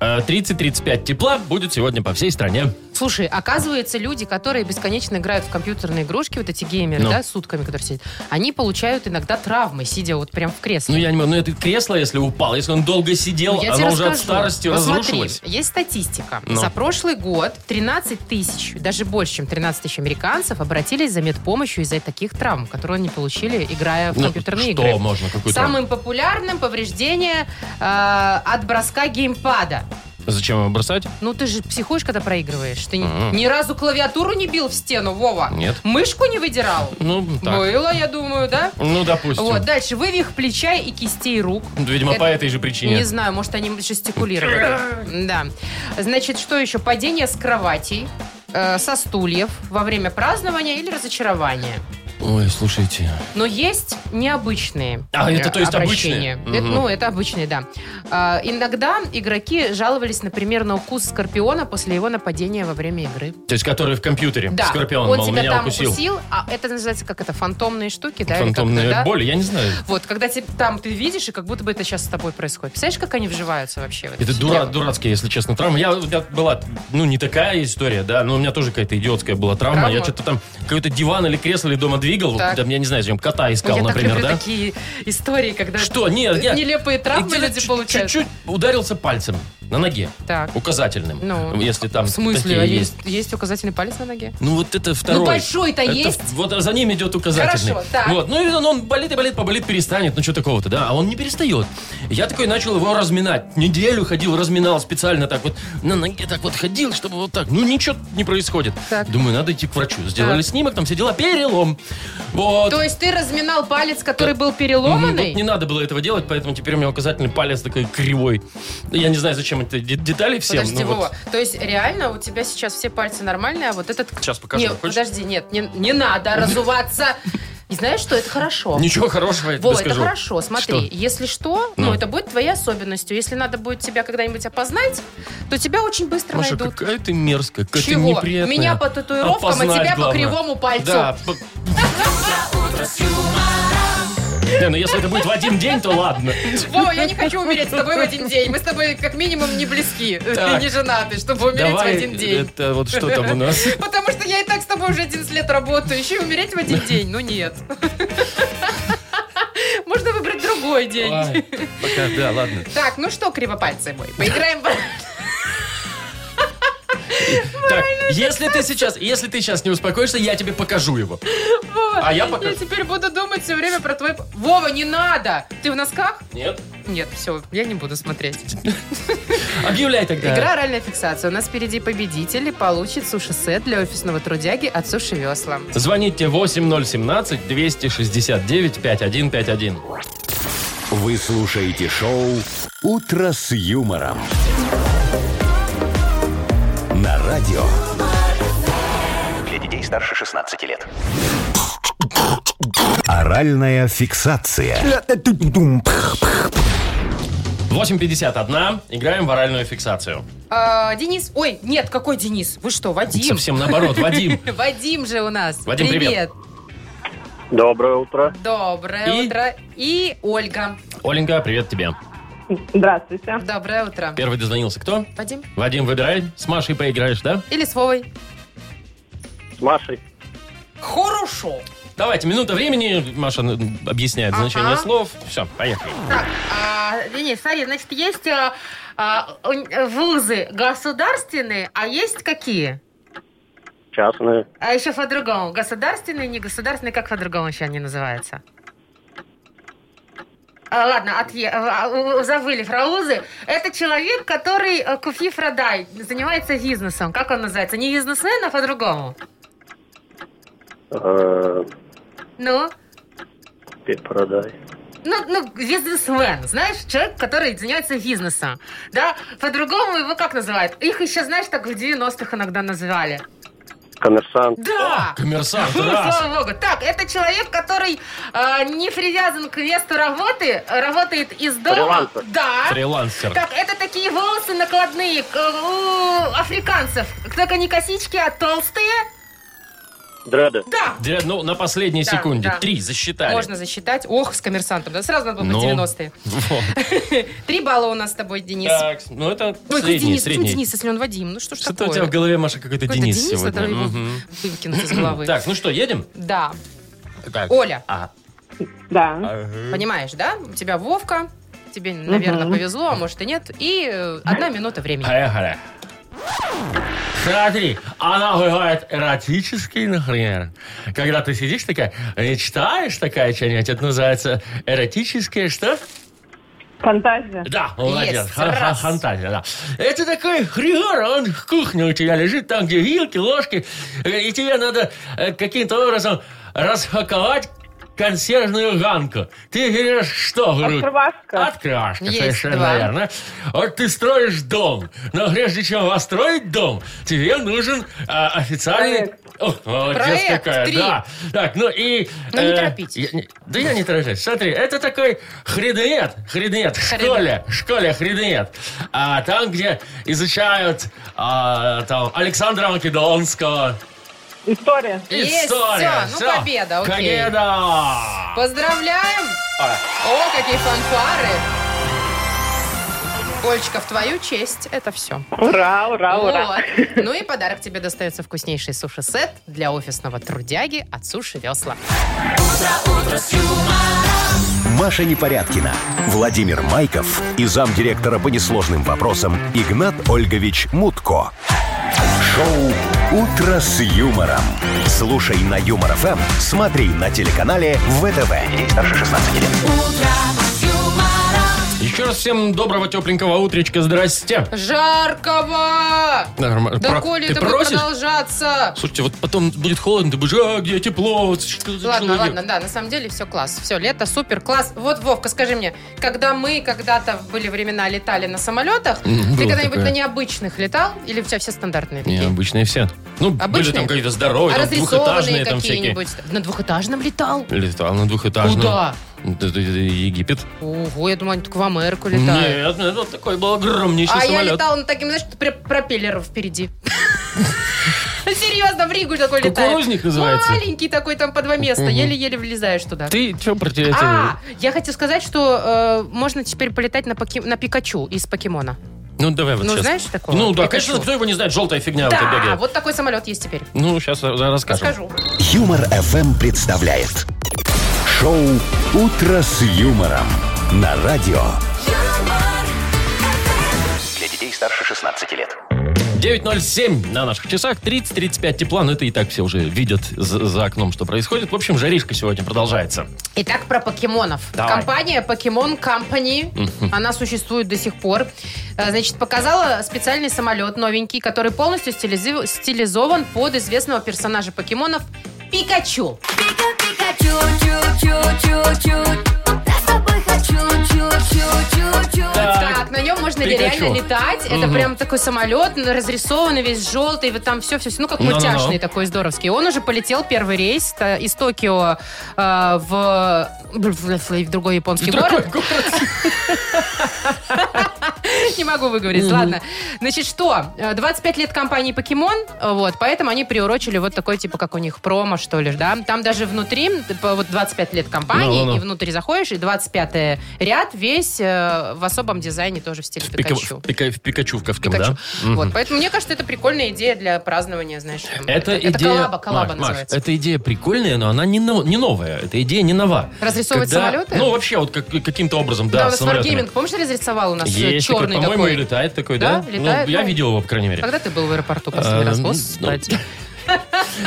Speaker 2: Э, 30-35 тепла будет сегодня по всей стране.
Speaker 3: Слушай, оказывается, люди, которые бесконечно играют в компьютерные игрушки, вот эти геймеры,
Speaker 2: Ну.
Speaker 3: да, сутками, которые сидят, они получают иногда травмы, сидя вот прям в кресле.
Speaker 2: Ну, я не могу, ну, это кресло, если упало, если он долго сидел,
Speaker 3: Ну, я тебе
Speaker 2: оно уже от
Speaker 3: расскажу.
Speaker 2: старости
Speaker 3: Вот смотри,
Speaker 2: разрушилось.
Speaker 3: есть статистика.
Speaker 2: Ну.
Speaker 3: За прошлый год 13 тысяч, даже больше, чем 13 тысяч американцев обратились за медпомощью из-за таких травм, которые они получили, играя в
Speaker 2: Ну,
Speaker 3: компьютерные
Speaker 2: что
Speaker 3: игры.
Speaker 2: можно, какую травму?
Speaker 3: Самым популярным повреждение э, от броска геймпада.
Speaker 2: Зачем его бросать?
Speaker 3: Ну ты же психуешь, когда проигрываешь. Ты ни-
Speaker 2: Мгм.
Speaker 3: ни разу клавиатуру не бил в стену, Вова.
Speaker 2: Нет.
Speaker 3: Мышку не выдирал.
Speaker 2: Ну, так.
Speaker 3: Было, я думаю, да?
Speaker 2: Ну, допустим.
Speaker 3: Вот, дальше вывих плеча и кистей рук.
Speaker 2: Видимо,
Speaker 3: Это-
Speaker 2: по этой же причине.
Speaker 3: Не знаю, может, они жестикулировали. Да. Значит, что еще? Падение с кроватей, э, со стульев во время празднования или разочарования.
Speaker 2: Ой, слушайте.
Speaker 3: Но есть необычные
Speaker 2: А, это,
Speaker 3: э,
Speaker 2: то есть,
Speaker 3: обращения.
Speaker 2: обычные?
Speaker 3: Это,
Speaker 2: Мгм.
Speaker 3: ну, это обычные, да. А, иногда игроки жаловались, например, на укус скорпиона после его нападения во время игры.
Speaker 2: То есть, который в компьютере.
Speaker 3: Да,
Speaker 2: Скорпион,
Speaker 3: он
Speaker 2: мол,
Speaker 3: тебя
Speaker 2: меня
Speaker 3: там
Speaker 2: укусил.
Speaker 3: а это называется как это, фантомные штуки, да? или
Speaker 2: Фантомная
Speaker 3: как-то, да?
Speaker 2: боль, я не знаю.
Speaker 3: Вот, когда тебе там ты видишь, и как будто бы это сейчас с тобой происходит. Представляешь, как они вживаются вообще? в
Speaker 2: Это
Speaker 3: всё
Speaker 2: дура,
Speaker 3: дело?
Speaker 2: дурацкая, если честно, травма. Я, у меня была, ну, не такая история, да, но у меня тоже какая-то идиотская была травма.
Speaker 3: Травма?
Speaker 2: Я что-то там какой-то диван или кресло или дома двигал,
Speaker 3: Так. Ну,
Speaker 2: там, я не знаю, зачем, кота искал,
Speaker 3: Я так
Speaker 2: например,
Speaker 3: люблю
Speaker 2: да?
Speaker 3: такие истории, когда э,
Speaker 2: Что? Нет, я...
Speaker 3: нелепые травмы
Speaker 2: где-то
Speaker 3: люди
Speaker 2: чуть-
Speaker 3: получают.
Speaker 2: Чуть-чуть ударился пальцем на ноге,
Speaker 3: Так.
Speaker 2: указательным,
Speaker 3: Ну.
Speaker 2: если там
Speaker 3: В смысле?
Speaker 2: такие
Speaker 3: А
Speaker 2: есть.
Speaker 3: есть, есть указательный палец на ноге?
Speaker 2: Ну вот это второй.
Speaker 3: большой-то
Speaker 2: Это
Speaker 3: есть?
Speaker 2: в- Вот за ним идет указательный.
Speaker 3: Хорошо, так.
Speaker 2: Вот. Ну и он, он болит и болит, поболит, перестанет. Ну что такого-то, да? А он не перестает. Я такой начал его разминать. Неделю ходил, разминал специально так вот. На ноге так вот ходил, чтобы вот так. Ну ничего не происходит.
Speaker 3: Так.
Speaker 2: Думаю, надо идти к врачу. Сделали снимок, там все дела. Перелом. Вот.
Speaker 3: То есть ты разминал палец, который был
Speaker 2: Мгм,
Speaker 3: переломанный?
Speaker 2: вот не надо было этого делать, поэтому теперь у меня указательный палец такой кривой. Я не знаю, зачем это де- детали всем.
Speaker 3: Подожди,
Speaker 2: ну вот.
Speaker 3: Вова, то есть реально у тебя сейчас все пальцы нормальные, а вот этот...
Speaker 2: Сейчас покажу.
Speaker 3: Нет,
Speaker 2: Хочешь?
Speaker 3: подожди, нет, не, не надо разуваться. И знаешь что, это хорошо.
Speaker 2: Ничего хорошего я тебе
Speaker 3: Вова, это
Speaker 2: скажу.
Speaker 3: хорошо, смотри,
Speaker 2: Что?
Speaker 3: если что, ну.
Speaker 2: Ну.
Speaker 3: это будет твоей особенностью. Если надо будет тебя когда-нибудь опознать, то тебя очень быстро
Speaker 2: Маша,
Speaker 3: найдут.
Speaker 2: какая ты мерзкая, какая ты
Speaker 3: Чего?
Speaker 2: неприятная.
Speaker 3: Меня по татуировкам, а
Speaker 2: Опознать
Speaker 3: тебя по
Speaker 2: главное.
Speaker 3: кривому пальцу.
Speaker 2: Да. по- Не, ну если это будет в один день, то ладно.
Speaker 3: Вова, я не хочу умереть с тобой в один день. Мы с тобой как минимум не близки,
Speaker 2: Так.
Speaker 3: не женаты, чтобы умереть
Speaker 2: Давай, э,
Speaker 3: в один день.
Speaker 2: это вот что там у нас?
Speaker 3: Потому что я и так с тобой уже 11 лет работаю. Еще и умереть в один день, ну нет. Можно выбрать другой день.
Speaker 2: Ай, Пока, да, ладно.
Speaker 3: Так, ну что, кривопальцы мой, поиграем в...
Speaker 2: Так, Если ты сейчас, если ты сейчас не успокоишься, я тебе покажу его.
Speaker 3: Вова,
Speaker 2: А я пока-
Speaker 3: теперь буду думать все время про твой... Вова, не надо! Ты в носках?
Speaker 2: Нет?
Speaker 3: Нет, все, я не буду смотреть.
Speaker 2: Объявляй тогда.
Speaker 3: Игра «Оральная фиксация». У нас впереди победитель и получит суши-сет для офисного трудяги от Суши Весла.
Speaker 2: Звоните 8017-269-5151.
Speaker 1: Вы слушаете шоу «Утро с юмором». На радио
Speaker 4: Для детей старше 16 лет.
Speaker 1: «Оральная фиксация».
Speaker 2: 8.51. Играем в оральную фиксацию.
Speaker 3: А, Денис... Ой, нет, какой Денис? Вы что, Вадим?
Speaker 2: Совсем наоборот, Вадим.
Speaker 3: Вадим же у нас.
Speaker 2: Вадим, привет.
Speaker 5: Доброе утро.
Speaker 3: Доброе
Speaker 2: И?
Speaker 3: утро. И Ольга.
Speaker 2: Оленька, привет тебе.
Speaker 6: Здравствуйте.
Speaker 3: Доброе утро.
Speaker 2: Первый дозвонился кто?
Speaker 3: Вадим?
Speaker 2: Вадим, выбирай. С Машей поиграешь, да?
Speaker 3: Или с Вовой?
Speaker 5: С Машей.
Speaker 3: Хорошо.
Speaker 2: Давайте, минута времени. Маша ну, объясняет значение
Speaker 3: Ага.
Speaker 2: слов. Все, поехали.
Speaker 8: Так, а, Денис, смотри, значит, есть а, а, у- вузы государственные, а есть какие?
Speaker 5: Частные.
Speaker 8: А еще по-другому. Государственные, не государственные, как по-другому еще они называются? А, ладно, отъе- а, у- у- забыли про вузы. Это человек, который э, купи продай занимается бизнесом. Как он называется? Не бизнесмен, а по-другому.
Speaker 5: Э,
Speaker 8: Ну,
Speaker 5: Перепродай.
Speaker 8: Ну, ну, бизнесмен, знаешь, человек, который занимается бизнесом, да, по-другому его как называют? Их еще, знаешь, так в 90-х иногда называли.
Speaker 5: Коммерсант.
Speaker 3: А.
Speaker 8: Да!
Speaker 2: Коммерсант,
Speaker 8: Фу,
Speaker 2: раз.
Speaker 8: слава богу. Так, это человек, который э, не привязан к месту работы, э, работает из дома.
Speaker 5: Фрилансер.
Speaker 8: Да.
Speaker 2: Фрилансер.
Speaker 8: Так, это такие волосы накладные к- у африканцев. Только не косички, а толстые.
Speaker 5: Дреды.
Speaker 8: Да.
Speaker 2: Деря- Ну, на последней
Speaker 3: Да,
Speaker 2: секунде.
Speaker 3: да.
Speaker 2: Три засчитали.
Speaker 3: Можно засчитать. Ох, с коммерсантом. Да сразу надо было
Speaker 2: Ну.
Speaker 3: на 90-е.
Speaker 2: Вот.
Speaker 3: Три балла у нас с тобой, Денис.
Speaker 2: Так, ну это
Speaker 3: Ой, какой
Speaker 2: средний,
Speaker 3: Денис? Почему
Speaker 2: средний.
Speaker 3: Денис, если он Вадим? Ну что ж
Speaker 2: Что-то
Speaker 3: такое?
Speaker 2: у тебя в голове, Маша, какой-то
Speaker 3: Какой-то
Speaker 2: Денис
Speaker 3: надо
Speaker 2: сегодня.
Speaker 3: его
Speaker 2: Мгм.
Speaker 3: выкинуть из головы.
Speaker 2: Так, ну что, едем?
Speaker 3: Да.
Speaker 2: Так.
Speaker 3: Оля,
Speaker 2: А,
Speaker 6: Да.
Speaker 3: понимаешь, да? У тебя Вовка. Тебе, наверное, повезло, а может и нет. И э, одна минута времени.
Speaker 2: поехали. Смотри, она бывает эротический, например. Когда ты сидишь такая, и читаешь такая что-нибудь, это называется эротическое, что?
Speaker 6: Фантазия.
Speaker 2: Да, молодец.
Speaker 3: Yes,
Speaker 2: Ха- ха-
Speaker 3: раз.
Speaker 2: Фантазия, да. Это такой хригор, он в кухне у тебя лежит, там, где вилки, ложки. э, И тебе надо э, каким-то образом расхаковать консервную ганку. Ты говоришь, что? Говорю,
Speaker 6: Открывашка.
Speaker 2: Открывашка,
Speaker 3: Есть
Speaker 2: совершенно
Speaker 3: два.
Speaker 2: верно. Вот ты строишь дом, но прежде чем построить дом, тебе нужен э, официальный...
Speaker 6: Проект.
Speaker 2: Ох, молодец
Speaker 3: Проект,
Speaker 2: какая,
Speaker 3: три.
Speaker 2: да. Так, ну и...
Speaker 3: Ну, не торопитесь.
Speaker 2: я не- Э, да я не тороплюсь. Смотри, это такой хридоед, хридоед, школе, школе хридоед. А, там, где изучают а, там, Александра Македонского.
Speaker 6: История.
Speaker 3: Есть,
Speaker 2: История.
Speaker 3: всё, ну, победа, окей.
Speaker 2: Победа!
Speaker 3: Поздравляем!
Speaker 2: А.
Speaker 3: О, какие фанфары! Олечка, в твою честь это все.
Speaker 6: Ура, А, ура, ура.
Speaker 3: Ну и подарок тебе достается вкуснейший суши-сет для офисного трудяги от Суши Весла.
Speaker 1: Маша Непорядкина, Владимир Майков и замдиректора по несложным вопросам Игнат Ольгович Мутко. Шоу «Утро с юмором». Слушай на Юмор ФМ, смотри на телеканале ВТВ. Здесь старше 16 лет.
Speaker 2: Еще раз всем доброго, тепленького утречка. Здрасте.
Speaker 3: Жаркого!
Speaker 2: Нормально.
Speaker 3: Да
Speaker 2: Про-
Speaker 3: коли
Speaker 2: ты
Speaker 3: это будет
Speaker 2: просишь?
Speaker 3: продолжаться?
Speaker 2: Слушайте, вот потом будет холодно, ты будешь, а, где тепло? Вот что за
Speaker 3: Ладно,
Speaker 2: человек?
Speaker 3: ладно, да, на самом деле все класс. Все, лето супер, класс. Вот, Вовка, скажи мне, когда мы когда-то были времена летали на самолетах,
Speaker 2: М,
Speaker 3: ты
Speaker 2: было
Speaker 3: когда-нибудь
Speaker 2: такое.
Speaker 3: на необычных летал? Или у тебя все стандартные такие?
Speaker 2: Необычные все. Ну, были
Speaker 3: Обычные?
Speaker 2: там какие-то здоровые,
Speaker 3: а
Speaker 2: там двухэтажные
Speaker 3: разрисованные
Speaker 2: там всякие.
Speaker 3: какие-нибудь? На двухэтажном летал?
Speaker 2: Летал на двухэтажном.
Speaker 3: Куда?
Speaker 2: Д- д- д- Египет.
Speaker 3: Ого, я думала, они только в Америку летают.
Speaker 2: Нет, ну, это вот такой был огромнейший
Speaker 3: а я
Speaker 2: самолет.
Speaker 3: летала на таким, знаешь, пр- пропеллером впереди. Серьезно, в Ригу такой летает.
Speaker 2: Кукурузник называется.
Speaker 3: Маленький такой, там по два места.
Speaker 2: Мгм.
Speaker 3: Еле-еле влезаешь туда.
Speaker 2: Ты что про те-
Speaker 3: А,
Speaker 2: это-
Speaker 3: я хотела сказать, что э, можно теперь полетать на, поки- на Пикачу из Покемона.
Speaker 2: Ну, давай вот
Speaker 3: ну,
Speaker 2: сейчас.
Speaker 3: знаешь такого?
Speaker 2: Ну, да,
Speaker 3: Пикачу.
Speaker 2: конечно, кто его не знает, желтая фигня вот эта
Speaker 3: да,
Speaker 2: бегает.
Speaker 3: вот такой самолет есть теперь.
Speaker 2: Ну, сейчас расскажем.
Speaker 3: Скажу.
Speaker 1: Юмор ФМ представляет. Шоу «Утро с юмором» на радио
Speaker 4: Для детей старше 16 лет.
Speaker 2: 9.07 на наших часах, 30-35 тепла, но это и так все уже видят за, за окном, что происходит. В общем, жаришка сегодня продолжается.
Speaker 3: Итак, про покемонов.
Speaker 2: Давай.
Speaker 3: Компания Pokemon Company, она существует до сих пор, э, значит, показала специальный самолет новенький, который полностью стилизи- стилизован под известного персонажа покемонов Пикачу.
Speaker 2: Так.
Speaker 3: Так, на нем можно
Speaker 2: Пикачу.
Speaker 3: реально летать. Это прям такой самолет, н- разрисованный весь желтый, вот там все, все, ну как
Speaker 2: Ну-ну-ну.
Speaker 3: мультяшный такой здоровский. Он уже полетел первый рейс та- из Токио э, в, в- в другой японский город. Не могу выговорить, ладно. Значит, что? э, 25 лет компании Pokemon, э, вот, поэтому они приурочили вот такой, типа, как у них промо, что ли, да? Там даже внутри, м, типа, вот 25 лет компании,
Speaker 2: Ну-ну-ну.
Speaker 3: и внутрь заходишь, и 25 ряд весь э, в особом дизайне тоже в стиле
Speaker 2: Пика-
Speaker 3: Пикачу.
Speaker 2: в пика- в пикачувковском,
Speaker 3: Пикачу.
Speaker 2: да? Мгм.
Speaker 3: Вот, поэтому мне кажется, это прикольная идея для празднования, знаешь. там.
Speaker 2: Это, идея...
Speaker 3: коллаба, коллаба
Speaker 2: Маш, Маш,
Speaker 3: называется.
Speaker 2: эта идея прикольная, но она не, но- не новая. Эта идея не нова.
Speaker 3: Разрисовывать самолеты?
Speaker 2: Ну, вообще, вот как- каким-то образом,
Speaker 3: Да,
Speaker 2: да,
Speaker 3: у нас
Speaker 2: самолетами.
Speaker 3: Wargaming, помнишь, разрисовал у нас э,
Speaker 2: Есть такой,
Speaker 3: черный такой?
Speaker 2: по-моему, и летает такой, да?
Speaker 3: Да, летает,
Speaker 2: Ну, я
Speaker 3: ну.
Speaker 2: видел его, по крайней мере.
Speaker 3: Когда ты был в аэропорту
Speaker 2: Эм,
Speaker 3: последний раз?
Speaker 2: ну,
Speaker 3: Господи.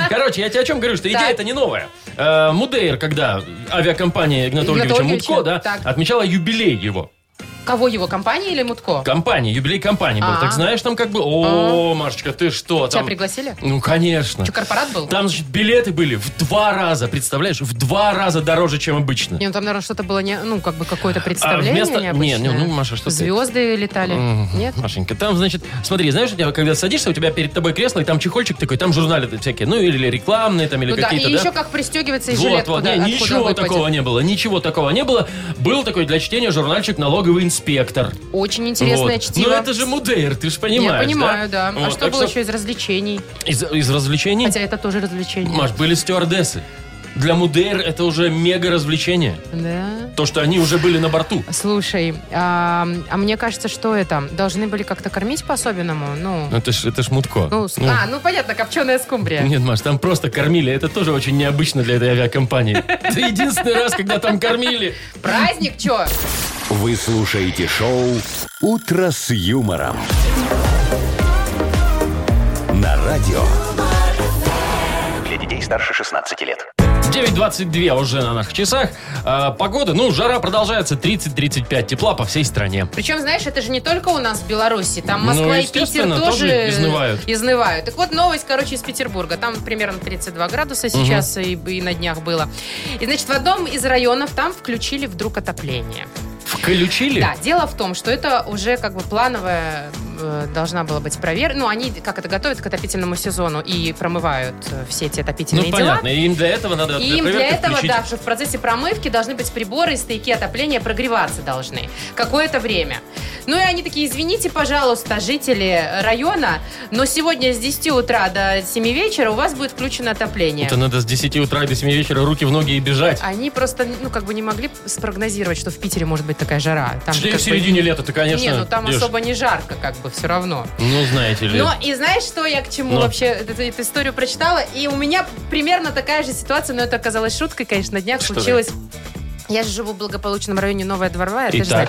Speaker 2: Короче, я тебе о чем говорю, что идея
Speaker 3: Так.
Speaker 2: это не новая. Э, Мудейр, когда авиакомпания Игната
Speaker 3: Игната
Speaker 2: Ольговича
Speaker 3: Ольговича,
Speaker 2: Мутко, да,
Speaker 3: так.
Speaker 2: отмечала юбилей его.
Speaker 3: Кого его, компания или Мутко?
Speaker 2: Компания, юбилей компании был.
Speaker 3: А.
Speaker 2: Так знаешь, там как бы... О, Машечка, ты что?
Speaker 3: Тебя
Speaker 2: Там...
Speaker 3: пригласили?
Speaker 2: Ну, конечно.
Speaker 3: Что, корпорат был?
Speaker 2: Там, значит, билеты были в два раза, представляешь? В два раза дороже, чем обычно.
Speaker 3: Не, ну там, наверное, что-то было, не, ну, как бы какое-то представление
Speaker 2: А, вместо- не,
Speaker 3: необычное.
Speaker 2: не, ну, Маша, что ты?
Speaker 3: Звезды летали.
Speaker 2: Мгм.
Speaker 3: Нет?
Speaker 2: Машенька, там, значит, смотри, знаешь, у тебя, когда садишься, у тебя перед тобой кресло, и там чехольчик такой, там журналы всякие, ну, или рекламные, там, или
Speaker 3: Ну да, и
Speaker 2: какие-то, да?
Speaker 3: еще как пристегивается и
Speaker 2: Вот,
Speaker 3: жилет
Speaker 2: вот,
Speaker 3: куда,
Speaker 2: не,
Speaker 3: откуда
Speaker 2: ничего
Speaker 3: выпадет.
Speaker 2: такого не было, ничего такого не было. Был такой для чтения журнальчик «Налоговый инспектор».
Speaker 3: Очень интересное
Speaker 2: Вот.
Speaker 3: чтиво.
Speaker 2: Ну это же Мудейр, ты же
Speaker 3: Я
Speaker 2: понимаешь,
Speaker 3: понимаю, да.
Speaker 2: Вот,
Speaker 3: А что
Speaker 2: так
Speaker 3: было еще из развлечений?
Speaker 2: Из, из развлечений,
Speaker 3: Хотя это тоже развлечение.
Speaker 2: Маш, были стюардессы. Для Мудейр это уже мега развлечение.
Speaker 3: Да.
Speaker 2: То, что они уже были на борту.
Speaker 3: Слушай, а, а мне кажется, что это? Должны были как-то кормить по-особенному? Ну,
Speaker 2: Ну, Это ж, это ж мутко.
Speaker 3: ну, с- а, ну понятно, копченая скумбрия.
Speaker 2: Нет, Маш, там просто кормили. Это тоже очень необычно для этой авиакомпании. Это единственный раз, когда там кормили.
Speaker 3: Праздник, чё?
Speaker 1: Вы слушаете шоу «Утро с юмором». На радио
Speaker 4: Для детей старше 16 лет.
Speaker 2: 9.22 уже на наших часах. А, погода, ну, жара продолжается 30-35 тепла по всей стране.
Speaker 3: Причем, знаешь, это же не только у нас в Беларуси. Там
Speaker 2: Ну,
Speaker 3: Москва и Питер
Speaker 2: естественно,
Speaker 3: тоже,
Speaker 2: тоже изнывают.
Speaker 3: изнывают. Так вот, новость, короче, из Петербурга. Там примерно 32 градуса сейчас и, и на днях было. И, значит, в одном из районов там включили вдруг отопление.
Speaker 2: Включили?
Speaker 3: Да, дело в том, что это уже как бы плановая э, должна была быть проверка. Ну, они как это готовят к отопительному сезону и промывают э, все эти
Speaker 2: Ну,
Speaker 3: отопительные дела.
Speaker 2: понятно. Им для этого надо
Speaker 3: И им для
Speaker 2: проверки
Speaker 3: этого,
Speaker 2: Э, включить.
Speaker 3: да, что в процессе промывки должны быть приборы и стояки отопления, прогреваться должны какое-то время. Ну и они такие, извините, пожалуйста, жители района, но сегодня с 10 утра до 7 вечера у вас будет включено отопление.
Speaker 2: Это надо с 10 утра до 7 вечера руки в ноги и бежать.
Speaker 3: Они просто, ну, как бы не могли спрогнозировать, что в Питере может быть такая жара. Там
Speaker 2: Шли
Speaker 3: как
Speaker 2: в
Speaker 3: бы-
Speaker 2: середине лета, ты, конечно,
Speaker 3: Не, ну там
Speaker 2: идешь.
Speaker 3: особо не жарко, как бы, все равно.
Speaker 2: Ну, знаете ли.
Speaker 3: Ну, и знаешь, что я к чему
Speaker 2: Ну.
Speaker 3: вообще эту, эту историю прочитала? И у меня примерно такая же ситуация, но это оказалось шуткой, конечно, на днях
Speaker 2: Что
Speaker 3: случилось. Я же живу в благополучном районе Новая Дворовая, ты же
Speaker 2: Итак.
Speaker 3: знаешь.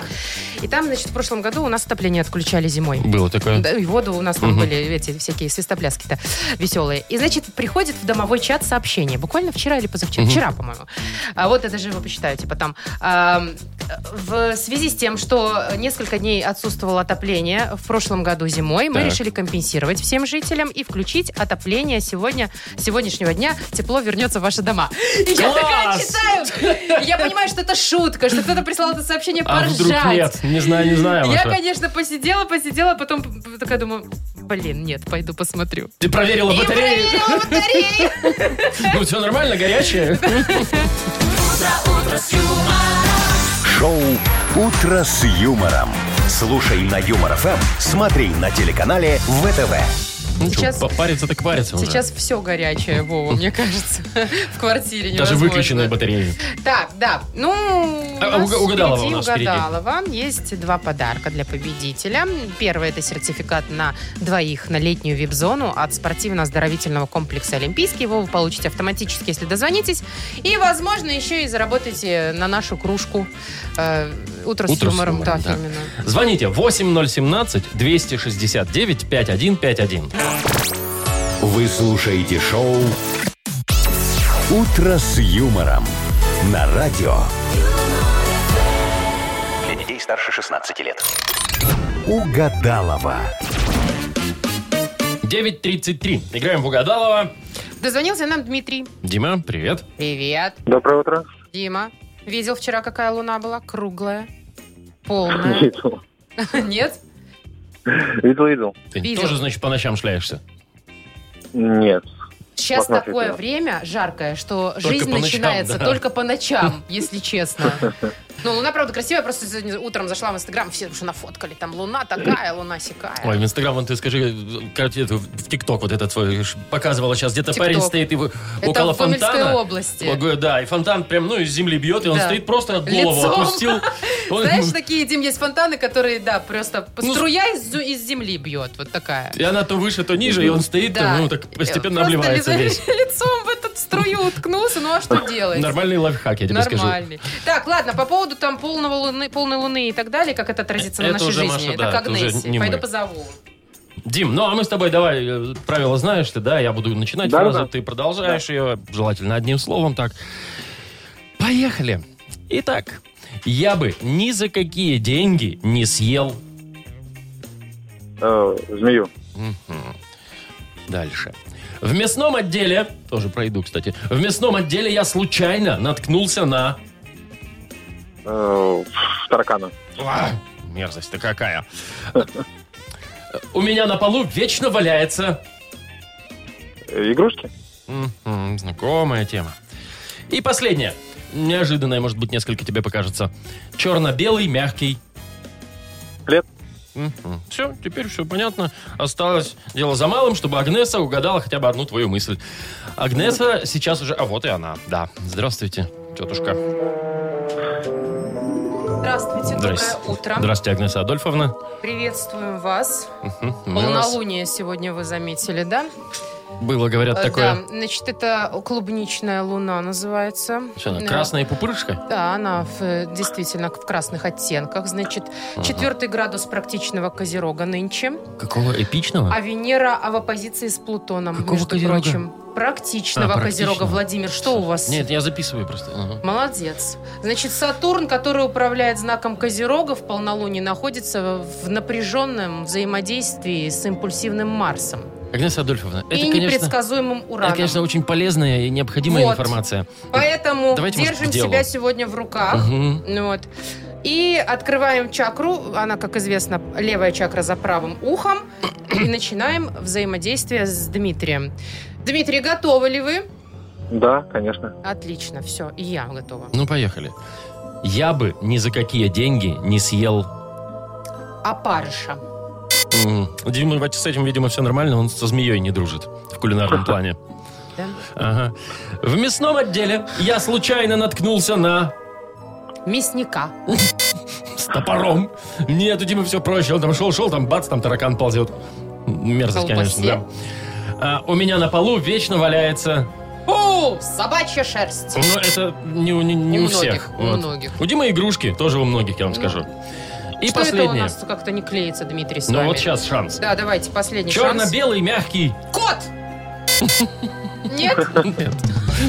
Speaker 3: И там, значит, в прошлом году у нас отопление отключали зимой.
Speaker 2: Было такое.
Speaker 3: Да, и воду у нас там
Speaker 2: Мгм.
Speaker 3: были эти всякие свистопляски-то веселые. И, значит, приходит в домовой чат сообщение. Буквально вчера или позавчера.
Speaker 2: Мгм.
Speaker 3: Вчера, по-моему. А вот это же вы посчитаю, типа там. ам, в связи с тем, что несколько дней отсутствовало отопление в прошлом году зимой, мы
Speaker 2: Так.
Speaker 3: решили компенсировать всем жителям и включить отопление сегодня, с сегодняшнего дня. Тепло вернется в ваши дома. И я такая
Speaker 2: Класс!
Speaker 3: читаю. и Я понимаю, что это шутка, что кто-то прислал это сообщение
Speaker 2: а вдруг
Speaker 3: поржать.
Speaker 2: нет? Не знаю, не знаю,
Speaker 3: Я,
Speaker 2: Маша.
Speaker 3: конечно, посидела, посидела, а потом такая думаю, блин, нет, пойду посмотрю.
Speaker 2: Ты проверила
Speaker 3: И
Speaker 2: батарею?
Speaker 3: проверила батарею.
Speaker 2: Ну, все нормально, горячая?
Speaker 1: Шоу «Утро с юмором». Слушай на Юмор ФМ, смотри на телеканале ВТВ.
Speaker 2: Ну, чё,
Speaker 3: Сейчас-
Speaker 2: па- париться так париться уже.
Speaker 3: Сейчас все горячее, Вова, мне кажется, в квартире
Speaker 2: Даже
Speaker 3: невозможно.
Speaker 2: выключенные батареи.
Speaker 3: Так, да. Ну, у
Speaker 2: А,
Speaker 3: нас
Speaker 2: уг- угадалова
Speaker 3: впереди
Speaker 2: у нас впереди.
Speaker 3: угадалова. Есть два подарка для победителя. Первый – это сертификат на двоих на летнюю вип-зону от спортивно-оздоровительного комплекса «Олимпийский». Его вы получите автоматически, если дозвонитесь. И, возможно, еще и заработаете на нашу кружку э, «Утро, с
Speaker 2: Утро с
Speaker 3: юмором».
Speaker 2: юмором,
Speaker 3: Да,
Speaker 2: да.
Speaker 3: именно.
Speaker 2: Звоните 8017-269-5151.
Speaker 1: Вы слушаете шоу «Утро с юмором» на радио
Speaker 4: Для детей старше 16 лет.
Speaker 1: «Угадалова».
Speaker 2: 9.33. Играем в Угадалова.
Speaker 3: Дозвонился нам Дмитрий.
Speaker 2: Дима, привет.
Speaker 3: Привет,
Speaker 5: Доброе утро.
Speaker 3: Дима. Видел вчера, какая луна была? Круглая, полная.
Speaker 5: Видел,
Speaker 3: Нет?
Speaker 5: видел, видел.
Speaker 2: Ты
Speaker 3: Видел.
Speaker 2: тоже, значит, по ночам шляешься.
Speaker 5: Нет.
Speaker 3: Сейчас
Speaker 5: Возможно,
Speaker 3: такое
Speaker 5: это-
Speaker 3: время жаркое, что
Speaker 2: Только
Speaker 3: жизнь
Speaker 2: по ночам,
Speaker 3: начинается
Speaker 2: да.
Speaker 3: только по ночам, если честно. Ну, луна, правда, красивая. Просто сегодня утром зашла в Инстаграм, все уже нафоткали. Там луна такая, луна
Speaker 2: Ой,
Speaker 3: сякая.
Speaker 2: в Инстаграм, вон ты скажи, как это, в ТикТок вот этот свой ш- показывала сейчас. Где-то
Speaker 3: ТикТок.
Speaker 2: парень стоит и вы-
Speaker 3: Это
Speaker 2: около
Speaker 3: в Гомельской
Speaker 2: фонтана.
Speaker 3: области.
Speaker 2: Ого, Да, и фонтан прям, ну, из земли бьет, и он
Speaker 3: Да.
Speaker 2: стоит просто голову
Speaker 3: Лицом.
Speaker 2: опустил. Он-
Speaker 3: Знаешь, такие, Дим, есть фонтаны, которые, да, просто
Speaker 2: Ну,
Speaker 3: струя из, зу- из земли бьет. Вот такая.
Speaker 2: И она то выше, то ниже, и он стоит,
Speaker 3: Да.
Speaker 2: ну, так постепенно
Speaker 3: Просто
Speaker 2: обливается
Speaker 3: ли-
Speaker 2: весь.
Speaker 3: Лицом в этот струю уткнулся, ну а что делать?
Speaker 2: Нормальный лайфхак, я тебе скажу.
Speaker 3: Нормальный. Так, ладно, по поводу там полного луны, полной луны и так далее, как это отразится
Speaker 2: Это
Speaker 3: на нашей
Speaker 2: уже,
Speaker 3: жизни.
Speaker 2: Маша,
Speaker 3: это
Speaker 2: да,
Speaker 3: к
Speaker 2: это уже
Speaker 3: Агнессе.
Speaker 2: не мы.
Speaker 3: Пойду позову.
Speaker 2: Дим, ну а мы с тобой давай, э, правила знаешь ты, да, я буду начинать
Speaker 5: Да,
Speaker 2: фразу,
Speaker 5: да.
Speaker 2: ты продолжаешь ее, желательно одним словом так. Поехали. Итак, я бы ни за какие деньги не съел.
Speaker 5: Э, змею.
Speaker 2: Мгм. Дальше. В мясном отделе, тоже пройду, кстати, в мясном отделе я случайно наткнулся на...
Speaker 5: Э, ф- таракана.
Speaker 2: А, мерзость-то какая. У меня на полу вечно валяется...
Speaker 5: Э, игрушки.
Speaker 2: Мгм, Знакомая тема. И последнее. Неожиданное, может быть, несколько тебе покажется. Черно-белый, мягкий.
Speaker 5: Плед.
Speaker 2: Все, теперь все понятно. Осталось дело за малым, чтобы Агнеса угадала хотя бы одну твою мысль. Агнеса сейчас уже... А вот и она, да. Здравствуйте, тетушка.
Speaker 3: Здравствуйте,
Speaker 2: Здрасте.
Speaker 3: доброе утро.
Speaker 2: Здравствуйте, Агнеса Адольфовна.
Speaker 3: Приветствуем вас.
Speaker 2: Мгм, мы вас-
Speaker 3: Полнолуние сегодня вы заметили, да?
Speaker 2: Было, говорят,
Speaker 3: Э,
Speaker 2: такое...
Speaker 3: Да, значит, это клубничная луна называется.
Speaker 2: Что она,
Speaker 3: Э,
Speaker 2: красная пупырышка?
Speaker 3: Да, она в, э, действительно в красных оттенках. Значит, четвертый градус практичного Козерога нынче.
Speaker 2: Какого эпичного?
Speaker 3: А Венера а в оппозиции с Плутоном,
Speaker 2: Какого
Speaker 3: между
Speaker 2: Козерога?
Speaker 3: прочим. Практичного
Speaker 2: А, практичного.
Speaker 3: Козерога, Владимир. Что у вас?
Speaker 2: Нет, я записываю просто. Ага.
Speaker 3: Молодец. Значит, Сатурн, который управляет знаком Козерога в полнолунии, находится в напряженном взаимодействии с импульсивным Марсом
Speaker 2: Агнеса Адольфовна,
Speaker 3: и
Speaker 2: это, конечно...
Speaker 3: непредсказуемым Ураном.
Speaker 2: Это, конечно, очень полезная и необходимая
Speaker 3: Вот.
Speaker 2: информация.
Speaker 3: Поэтому
Speaker 2: Давайте, может,
Speaker 3: держим
Speaker 2: к делу.
Speaker 3: себя сегодня в руках.
Speaker 2: Мгм.
Speaker 3: Ну Вот. И открываем чакру, она, как известно, левая чакра за правым ухом, и начинаем взаимодействие с Дмитрием. Дмитрий, готовы ли вы?
Speaker 5: Да, конечно.
Speaker 3: Отлично, все, и я готова.
Speaker 2: Ну, поехали. Я бы ни за какие деньги не съел...
Speaker 3: Опарыша.
Speaker 2: М, Дима, вот с этим, видимо, все нормально, он со змеей не дружит в кулинарном плане.
Speaker 3: Да?
Speaker 2: Ага. В мясном отделе я случайно наткнулся на...
Speaker 3: Мясника.
Speaker 2: С топором. Нет, у Димы все проще. Он там шел-шел, там бац, там таракан ползет. Мерзость,
Speaker 3: Колбасе.
Speaker 2: конечно, да. А, у меня на полу вечно валяется...
Speaker 3: Фу, собачья шерсть.
Speaker 2: Ну, это не, у- не- не
Speaker 3: У
Speaker 2: у,
Speaker 3: многих,
Speaker 2: всех.
Speaker 3: у многих.
Speaker 2: У Димы игрушки, тоже у многих, я вам
Speaker 3: Ну.
Speaker 2: скажу. И
Speaker 3: Что это у
Speaker 2: последнее.
Speaker 3: нас как-то не клеится, Дмитрий, с
Speaker 2: Ну
Speaker 3: вами?
Speaker 2: вот сейчас шанс.
Speaker 3: Да, давайте, последний шанс.
Speaker 2: Черно-белый мягкий.
Speaker 3: Кот! Нет?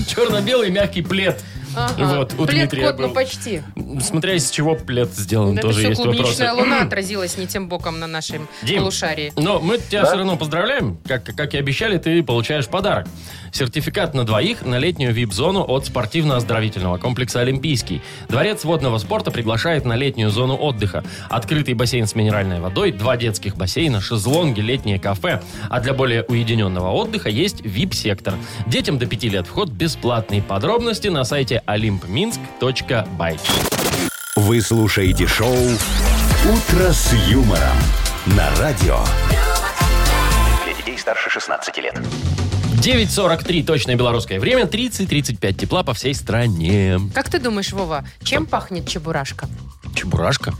Speaker 2: Черно-белый мягкий плед.
Speaker 3: Ага.
Speaker 2: Вот, у
Speaker 3: Плед
Speaker 2: Дмитрия
Speaker 3: кот, ну
Speaker 2: был.
Speaker 3: почти.
Speaker 2: Смотря из чего плед сделан,
Speaker 3: Да это
Speaker 2: тоже
Speaker 3: все
Speaker 2: есть
Speaker 3: клубничная
Speaker 2: вопросы.
Speaker 3: луна отразилась не тем боком на нашем
Speaker 2: Дим.
Speaker 3: полушарии.
Speaker 2: Но мы тебя все равно поздравляем. Как, как и обещали, ты получаешь подарок. Сертификат на двоих на летнюю вип-зону от спортивно-оздоровительного комплекса «Олимпийский». Дворец водного спорта приглашает на летнюю зону отдыха. Открытый бассейн с минеральной водой, два детских бассейна, шезлонги, летнее кафе. А для более уединенного отдыха есть вип-сектор. Детям до 5 лет вход бесплатный. Подробности на сайте olympminsk.by.
Speaker 1: Вы слушаете шоу «Утро с юмором» на радио
Speaker 4: Для детей старше 16 лет.
Speaker 2: 9.43, точное белорусское время, 30-35 тепла по всей стране.
Speaker 3: Как ты думаешь, Вова, чем пахнет чебурашка?
Speaker 2: Чебурашка?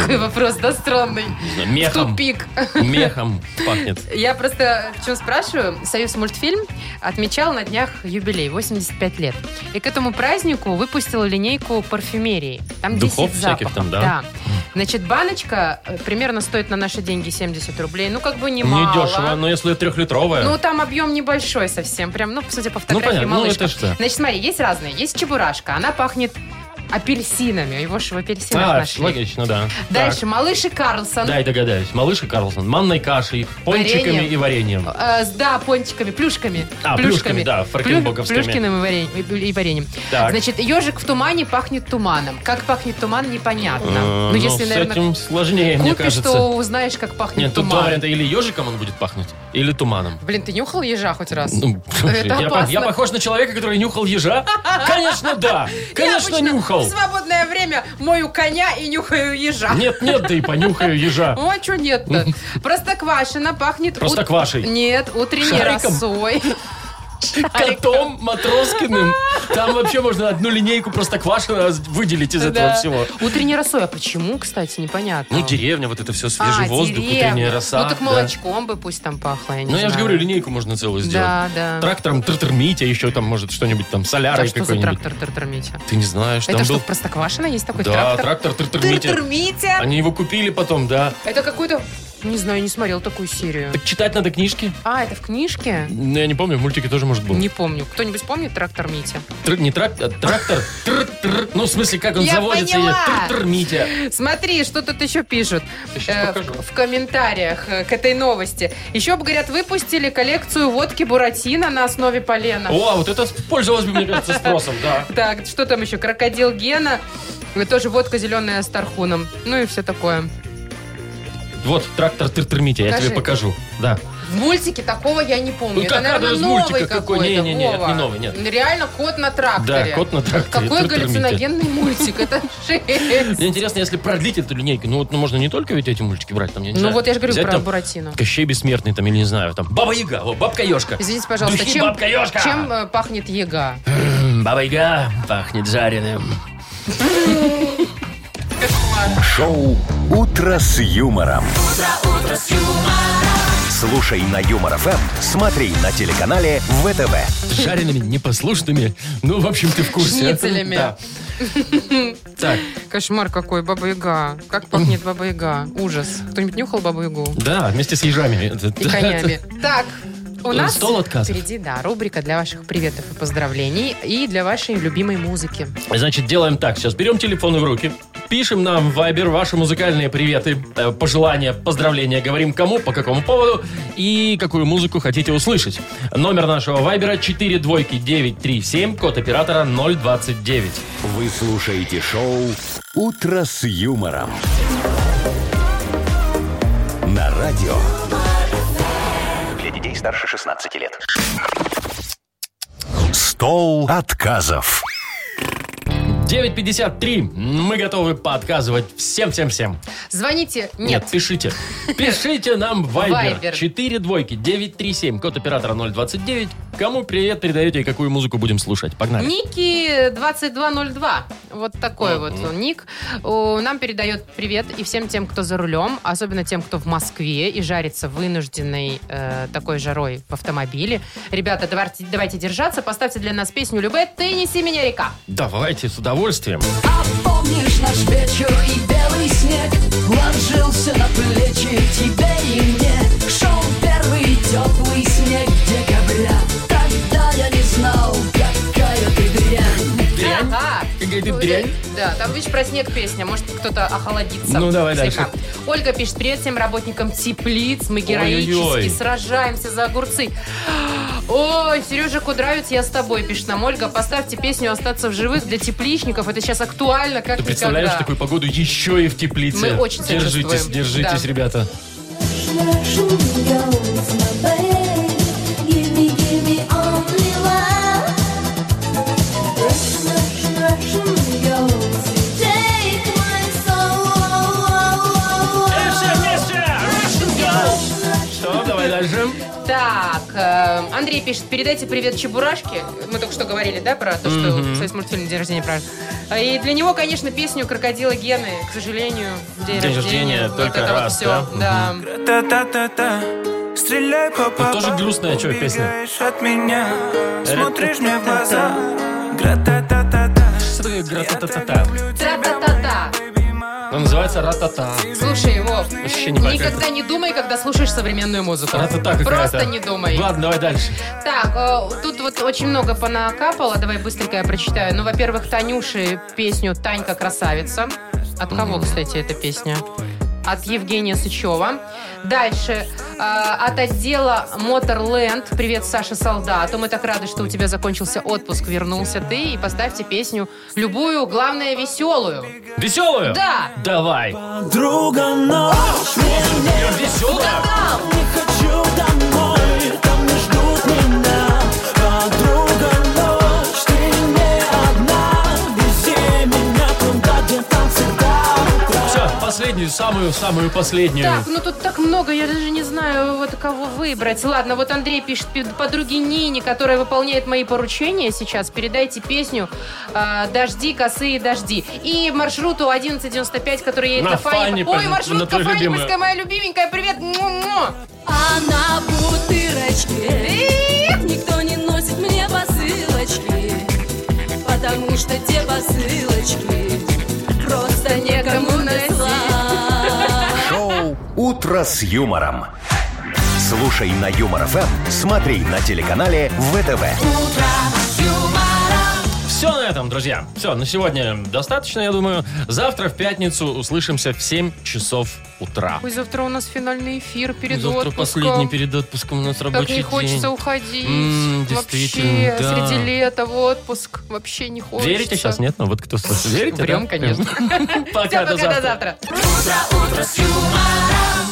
Speaker 3: Какой вопрос, да, странный.
Speaker 2: Мехом.
Speaker 3: Тупик.
Speaker 2: Мехом пахнет.
Speaker 3: Я просто в чем спрашиваю. Союз мультфильм отмечал на днях юбилей, 85 лет. И к этому празднику выпустила линейку парфюмерии. Там 10
Speaker 2: Духов всяких
Speaker 3: запахов.
Speaker 2: там, да?
Speaker 3: Значит, баночка э, примерно стоит на наши деньги 70 рублей. Ну, как бы немало.
Speaker 2: Не дешево, но если трехлитровая.
Speaker 3: Ну, там объем небольшой совсем. Прям, ну, судя по фотографии,
Speaker 2: понятно, ну,
Speaker 3: малышка.
Speaker 2: это ж да.
Speaker 3: Значит, смотри, есть разные. Есть чебурашка. Она пахнет апельсинами. Его же в апельсинах
Speaker 2: а,
Speaker 3: нашли.
Speaker 2: логично, да.
Speaker 3: Дальше
Speaker 2: Так.
Speaker 3: малыш и Карлсон.
Speaker 2: Дай догадаюсь. Малыш и Карлсон. Манной кашей, пончиками
Speaker 3: Вареньем.
Speaker 2: и вареньем.
Speaker 3: Э, с- да, пончиками, плюшками.
Speaker 2: А, плюшками, да, фаркенбоковскими.
Speaker 3: Плюшкиным и вареньем. и- и вареньем.
Speaker 2: Так.
Speaker 3: Значит, ежик в тумане пахнет туманом. Как пахнет туман, непонятно.
Speaker 2: Э,
Speaker 3: ну, если,
Speaker 2: с
Speaker 3: наверное,
Speaker 2: этим сложнее, мне
Speaker 3: купишь,
Speaker 2: кажется.
Speaker 3: то узнаешь, как пахнет
Speaker 2: Нет, тут
Speaker 3: туман.
Speaker 2: два варианта. Или ежиком он будет пахнуть, или туманом.
Speaker 3: Блин, ты нюхал ежа хоть раз?
Speaker 2: Ну, слушай,
Speaker 3: Это
Speaker 2: я, пох-
Speaker 3: опасно.
Speaker 2: я похож на человека, который нюхал ежа? Конечно, да. Конечно,
Speaker 3: Я обычно
Speaker 2: нюхал.
Speaker 3: В свободное время мою коня и нюхаю ежа.
Speaker 2: Нет, нет, да и понюхаю ежа.
Speaker 3: О, а что нет-то? Простоквашина пахнет... ут-
Speaker 2: Простоквашей.
Speaker 3: Нет, утренней
Speaker 2: Шариком?
Speaker 3: росой.
Speaker 2: Котом Матроскиным. Там вообще можно одну линейку просто квашено выделить из этого
Speaker 3: Да.
Speaker 2: всего.
Speaker 3: Утренней росой. А почему, кстати, непонятно.
Speaker 2: Ну, деревня, вот это все,
Speaker 3: А,
Speaker 2: свежий воздух,
Speaker 3: деревня.
Speaker 2: утренняя роса.
Speaker 3: Ну так
Speaker 2: да.
Speaker 3: молочком бы пусть там пахло, я не
Speaker 2: Ну, я
Speaker 3: знаю.
Speaker 2: же говорю, линейку можно целую сделать.
Speaker 3: Да, да.
Speaker 2: Трактором тр-термить, а еще там, может, что-нибудь там, солярой
Speaker 3: А что за
Speaker 2: какой-нибудь.
Speaker 3: трактор трактор Митя?
Speaker 2: Ты не знаешь,
Speaker 3: Это
Speaker 2: там
Speaker 3: что,
Speaker 2: был...
Speaker 3: в Простоквашино есть такой
Speaker 2: Да,
Speaker 3: трактор?
Speaker 2: трактор тр-термите.
Speaker 3: Митя!
Speaker 2: Они его купили потом, да.
Speaker 3: Это какой-то... Не знаю, не смотрел такую серию.
Speaker 2: Так читать надо книжки?
Speaker 3: А, это в книжке?
Speaker 2: Ну, я не помню, в мультике тоже может был.
Speaker 3: Не помню. Кто-нибудь помнит трактор Митя?
Speaker 2: Тр- не трак- а трактор, тр-тр. Ну, в смысле, как он
Speaker 3: Я
Speaker 2: заводится? и
Speaker 3: поняла. Э,
Speaker 2: Тр-термите.
Speaker 3: Смотри, что тут еще пишут
Speaker 2: щас
Speaker 3: Э,
Speaker 2: покажу.
Speaker 3: в в комментариях э, к этой новости. Еще, бы, говорят, выпустили коллекцию водки Буратино на основе полена.
Speaker 2: О, а вот это пользовалось бы, мне кажется, спросом, да.
Speaker 3: Так, что там еще? Крокодил Гена. Э, Тоже водка зеленая с тархуном. Ну и все такое.
Speaker 2: Вот, трактор Тыртырмитя, я тебе покажу. Да.
Speaker 3: В мультике такого я не помню.
Speaker 2: Ну,
Speaker 3: Это,
Speaker 2: как
Speaker 3: наверное,
Speaker 2: надо из
Speaker 3: новый
Speaker 2: мультика
Speaker 3: какой-то.
Speaker 2: какой? Не-не-не, это не
Speaker 3: Вова.
Speaker 2: новый, нет.
Speaker 3: Реально кот на тракторе.
Speaker 2: Да, кот на тракторе.
Speaker 3: А Какой
Speaker 2: Тыр-тыр-митя.
Speaker 3: галлюциногенный мультик? Это жесть.
Speaker 2: Мне интересно, если продлить эту линейку, ну вот ну, можно не только ведь эти мультики брать, там, я не
Speaker 3: Ну
Speaker 2: знаю,
Speaker 3: вот я же говорю
Speaker 2: взять
Speaker 3: про
Speaker 2: там
Speaker 3: Буратино.
Speaker 2: Кощей Бессмертный, там, или не знаю, там, Баба-Яга, вот, Бабка-Ешка.
Speaker 3: Извините, пожалуйста,
Speaker 2: Духи
Speaker 3: чем,
Speaker 2: Бабка-Ежка!
Speaker 3: чем э, пахнет ега?
Speaker 2: Баба-Яга пахнет жареным.
Speaker 1: Шоу «Утро с юмором». Слушай на Юмор ФМ, смотри на телеканале ВТВ.
Speaker 2: С жареными, непослушными, ну, в общем, ты в курсе.
Speaker 3: Шницелями.
Speaker 2: Да. Так,
Speaker 3: Кошмар какой, баба-яга. Как пахнет баба-яга? Ужас. Кто-нибудь нюхал бабу-ягу?
Speaker 2: да, вместе с ежами. Это-
Speaker 3: и конями. Так, у
Speaker 2: Э,
Speaker 3: нас
Speaker 2: стол отказов.
Speaker 3: впереди, да, рубрика для ваших приветов и поздравлений и для вашей любимой музыки.
Speaker 2: Значит, делаем так. Сейчас берем телефоны в руки, пишем нам в Viber ваши музыкальные приветы, э, пожелания, поздравления. Говорим кому, по какому поводу и какую музыку хотите услышать. Номер нашего Viber 42937, код оператора 029.
Speaker 1: Вы слушаете шоу «Утро с юмором». На радио
Speaker 4: Для детей старше 16 лет.
Speaker 1: «Стол отказов».
Speaker 2: 9.53. Мы готовы подказывать всем-всем-всем.
Speaker 3: Звоните.
Speaker 2: Нет,
Speaker 3: Нет.
Speaker 2: пишите. Пишите нам в Viber.
Speaker 3: Viber.
Speaker 2: 4 двойки 937, код оператора 029. Кому привет передаете и какую музыку будем слушать. Погнали.
Speaker 3: Ники 2202. Вот такой вот он, ник. О, Нам передает привет и всем тем, кто за рулем, особенно тем, кто в Москве и жарится вынужденной э, такой жарой в автомобиле. Ребята, давайте, давайте держаться. Поставьте для нас песню Любэ «Ты неси меня, река».
Speaker 2: Давайте с удовольствием.
Speaker 9: А помнишь наш вечер и белый снег Ложился на плечи тебе и мне Шел первый теплый снег декабря Тогда я не знал, какая ты дрянь
Speaker 2: Дрянь.
Speaker 3: Ага.
Speaker 2: Какая ты
Speaker 3: Ну,
Speaker 2: дрянь.
Speaker 3: Да, там, видишь, про снег песня. Может, кто-то охолодится.
Speaker 2: Ну, давай
Speaker 3: слегка.
Speaker 2: дальше.
Speaker 3: Ольга пишет, привет всем работникам теплиц. Мы героически
Speaker 2: Ой-ой-ой.
Speaker 3: сражаемся за огурцы. Ой, Сережа Кудравец, я с тобой, пишет нам Ольга. Поставьте песню «Остаться в живых» для тепличников. Это сейчас актуально, как
Speaker 2: Ты представляешь, в
Speaker 3: никогда.
Speaker 2: такую погоду еще и в теплице.
Speaker 3: Мы очень
Speaker 2: Держитесь,
Speaker 3: сочувствуем.
Speaker 2: держитесь,
Speaker 3: Да.
Speaker 2: ребята. Что, давай дальше? же.
Speaker 3: Так, э, Андрей пишет, передайте привет Чебурашке. Мы только что говорили, да, про то, что
Speaker 2: Мгм.
Speaker 3: союз мультфильм день рождения правильно. И для него, конечно, песню «Крокодила Гены», к сожалению, день,
Speaker 2: День рождения
Speaker 3: вот
Speaker 2: только
Speaker 3: это вот
Speaker 2: раз,
Speaker 3: всё,
Speaker 2: да?
Speaker 3: да.
Speaker 7: Та-та-та-та. Стреляй по
Speaker 2: Ну, тоже грустная, чё, песня? Э,
Speaker 7: убегаешь от меня, смотришь мне в глаза. Гра-та-та-та-та.
Speaker 2: Что такое гра-та-та-та-та?
Speaker 3: Тра-та-та-та.
Speaker 2: Она называется ра-та-та.
Speaker 3: Слушай, его.
Speaker 2: Вообще не
Speaker 3: никогда не думай, когда слушаешь современную музыку.
Speaker 2: Ра-та-та какая-то.
Speaker 3: Просто не думай.
Speaker 2: Ладно, давай дальше.
Speaker 3: Так, э, тут вот очень много понакапало. Давай быстренько я прочитаю. Ну, во-первых, Танюши песню «Танька красавица». От кого, кстати, эта песня? От Евгения Сычева. Дальше. э, от отдела Моторленд. Привет, Саша Солдату. Мы так рады, что у тебя закончился отпуск, вернулся ты. И поставьте песню любую, главное, веселую.
Speaker 2: Веселую?
Speaker 3: Да.
Speaker 2: Давай.
Speaker 7: Друга ночь,
Speaker 2: Веселая?
Speaker 7: не хочу домой, там не ждут меня. Подруга ночь, ты не одна, вези меня туда, где там всегда утро.
Speaker 2: Все, последнюю, самую-самую последнюю.
Speaker 3: Так, ну тут так много, я даже не знаю, вот кого выбрать. Ладно, вот Андрей пишет пи- подруге Нине, которая выполняет мои поручения сейчас. Передайте песню э, «Дожди, косые дожди». И маршруту 1195, который едет
Speaker 2: На
Speaker 3: на, Фани.
Speaker 2: Фане,
Speaker 3: Ой,
Speaker 2: понятно, на
Speaker 3: маршрутка
Speaker 2: твою
Speaker 3: Фанимовская,
Speaker 2: любимую.
Speaker 3: моя любименькая, привет! Му-му.
Speaker 9: А на бутырочке никто не носит мне посылочки, потому что те посылочки просто некому носить.
Speaker 1: Шоу «Утро с юмором». Слушай на Юмор ФМ, смотри на телеканале ВТВ.
Speaker 2: Все на этом, друзья. Все, на сегодня достаточно, я думаю. Завтра в пятницу услышимся в 7 часов утра.
Speaker 3: Ой, завтра у нас финальный эфир перед
Speaker 2: Завтра
Speaker 3: отпуском.
Speaker 2: последний перед отпуском у нас рабочий
Speaker 3: Как не хочется
Speaker 2: день.
Speaker 3: уходить.
Speaker 2: М,
Speaker 3: вообще,
Speaker 2: действительно, да.
Speaker 3: среди лета в отпуск. Вообще не хочется.
Speaker 2: Верите сейчас, нет? Ну вот кто слышит. Верите,
Speaker 3: Врем,
Speaker 2: да?
Speaker 3: конечно.
Speaker 2: Пока,
Speaker 3: Всё,
Speaker 2: до
Speaker 3: пока, до
Speaker 2: завтра.
Speaker 3: завтра.
Speaker 9: Утро, утро с юмором.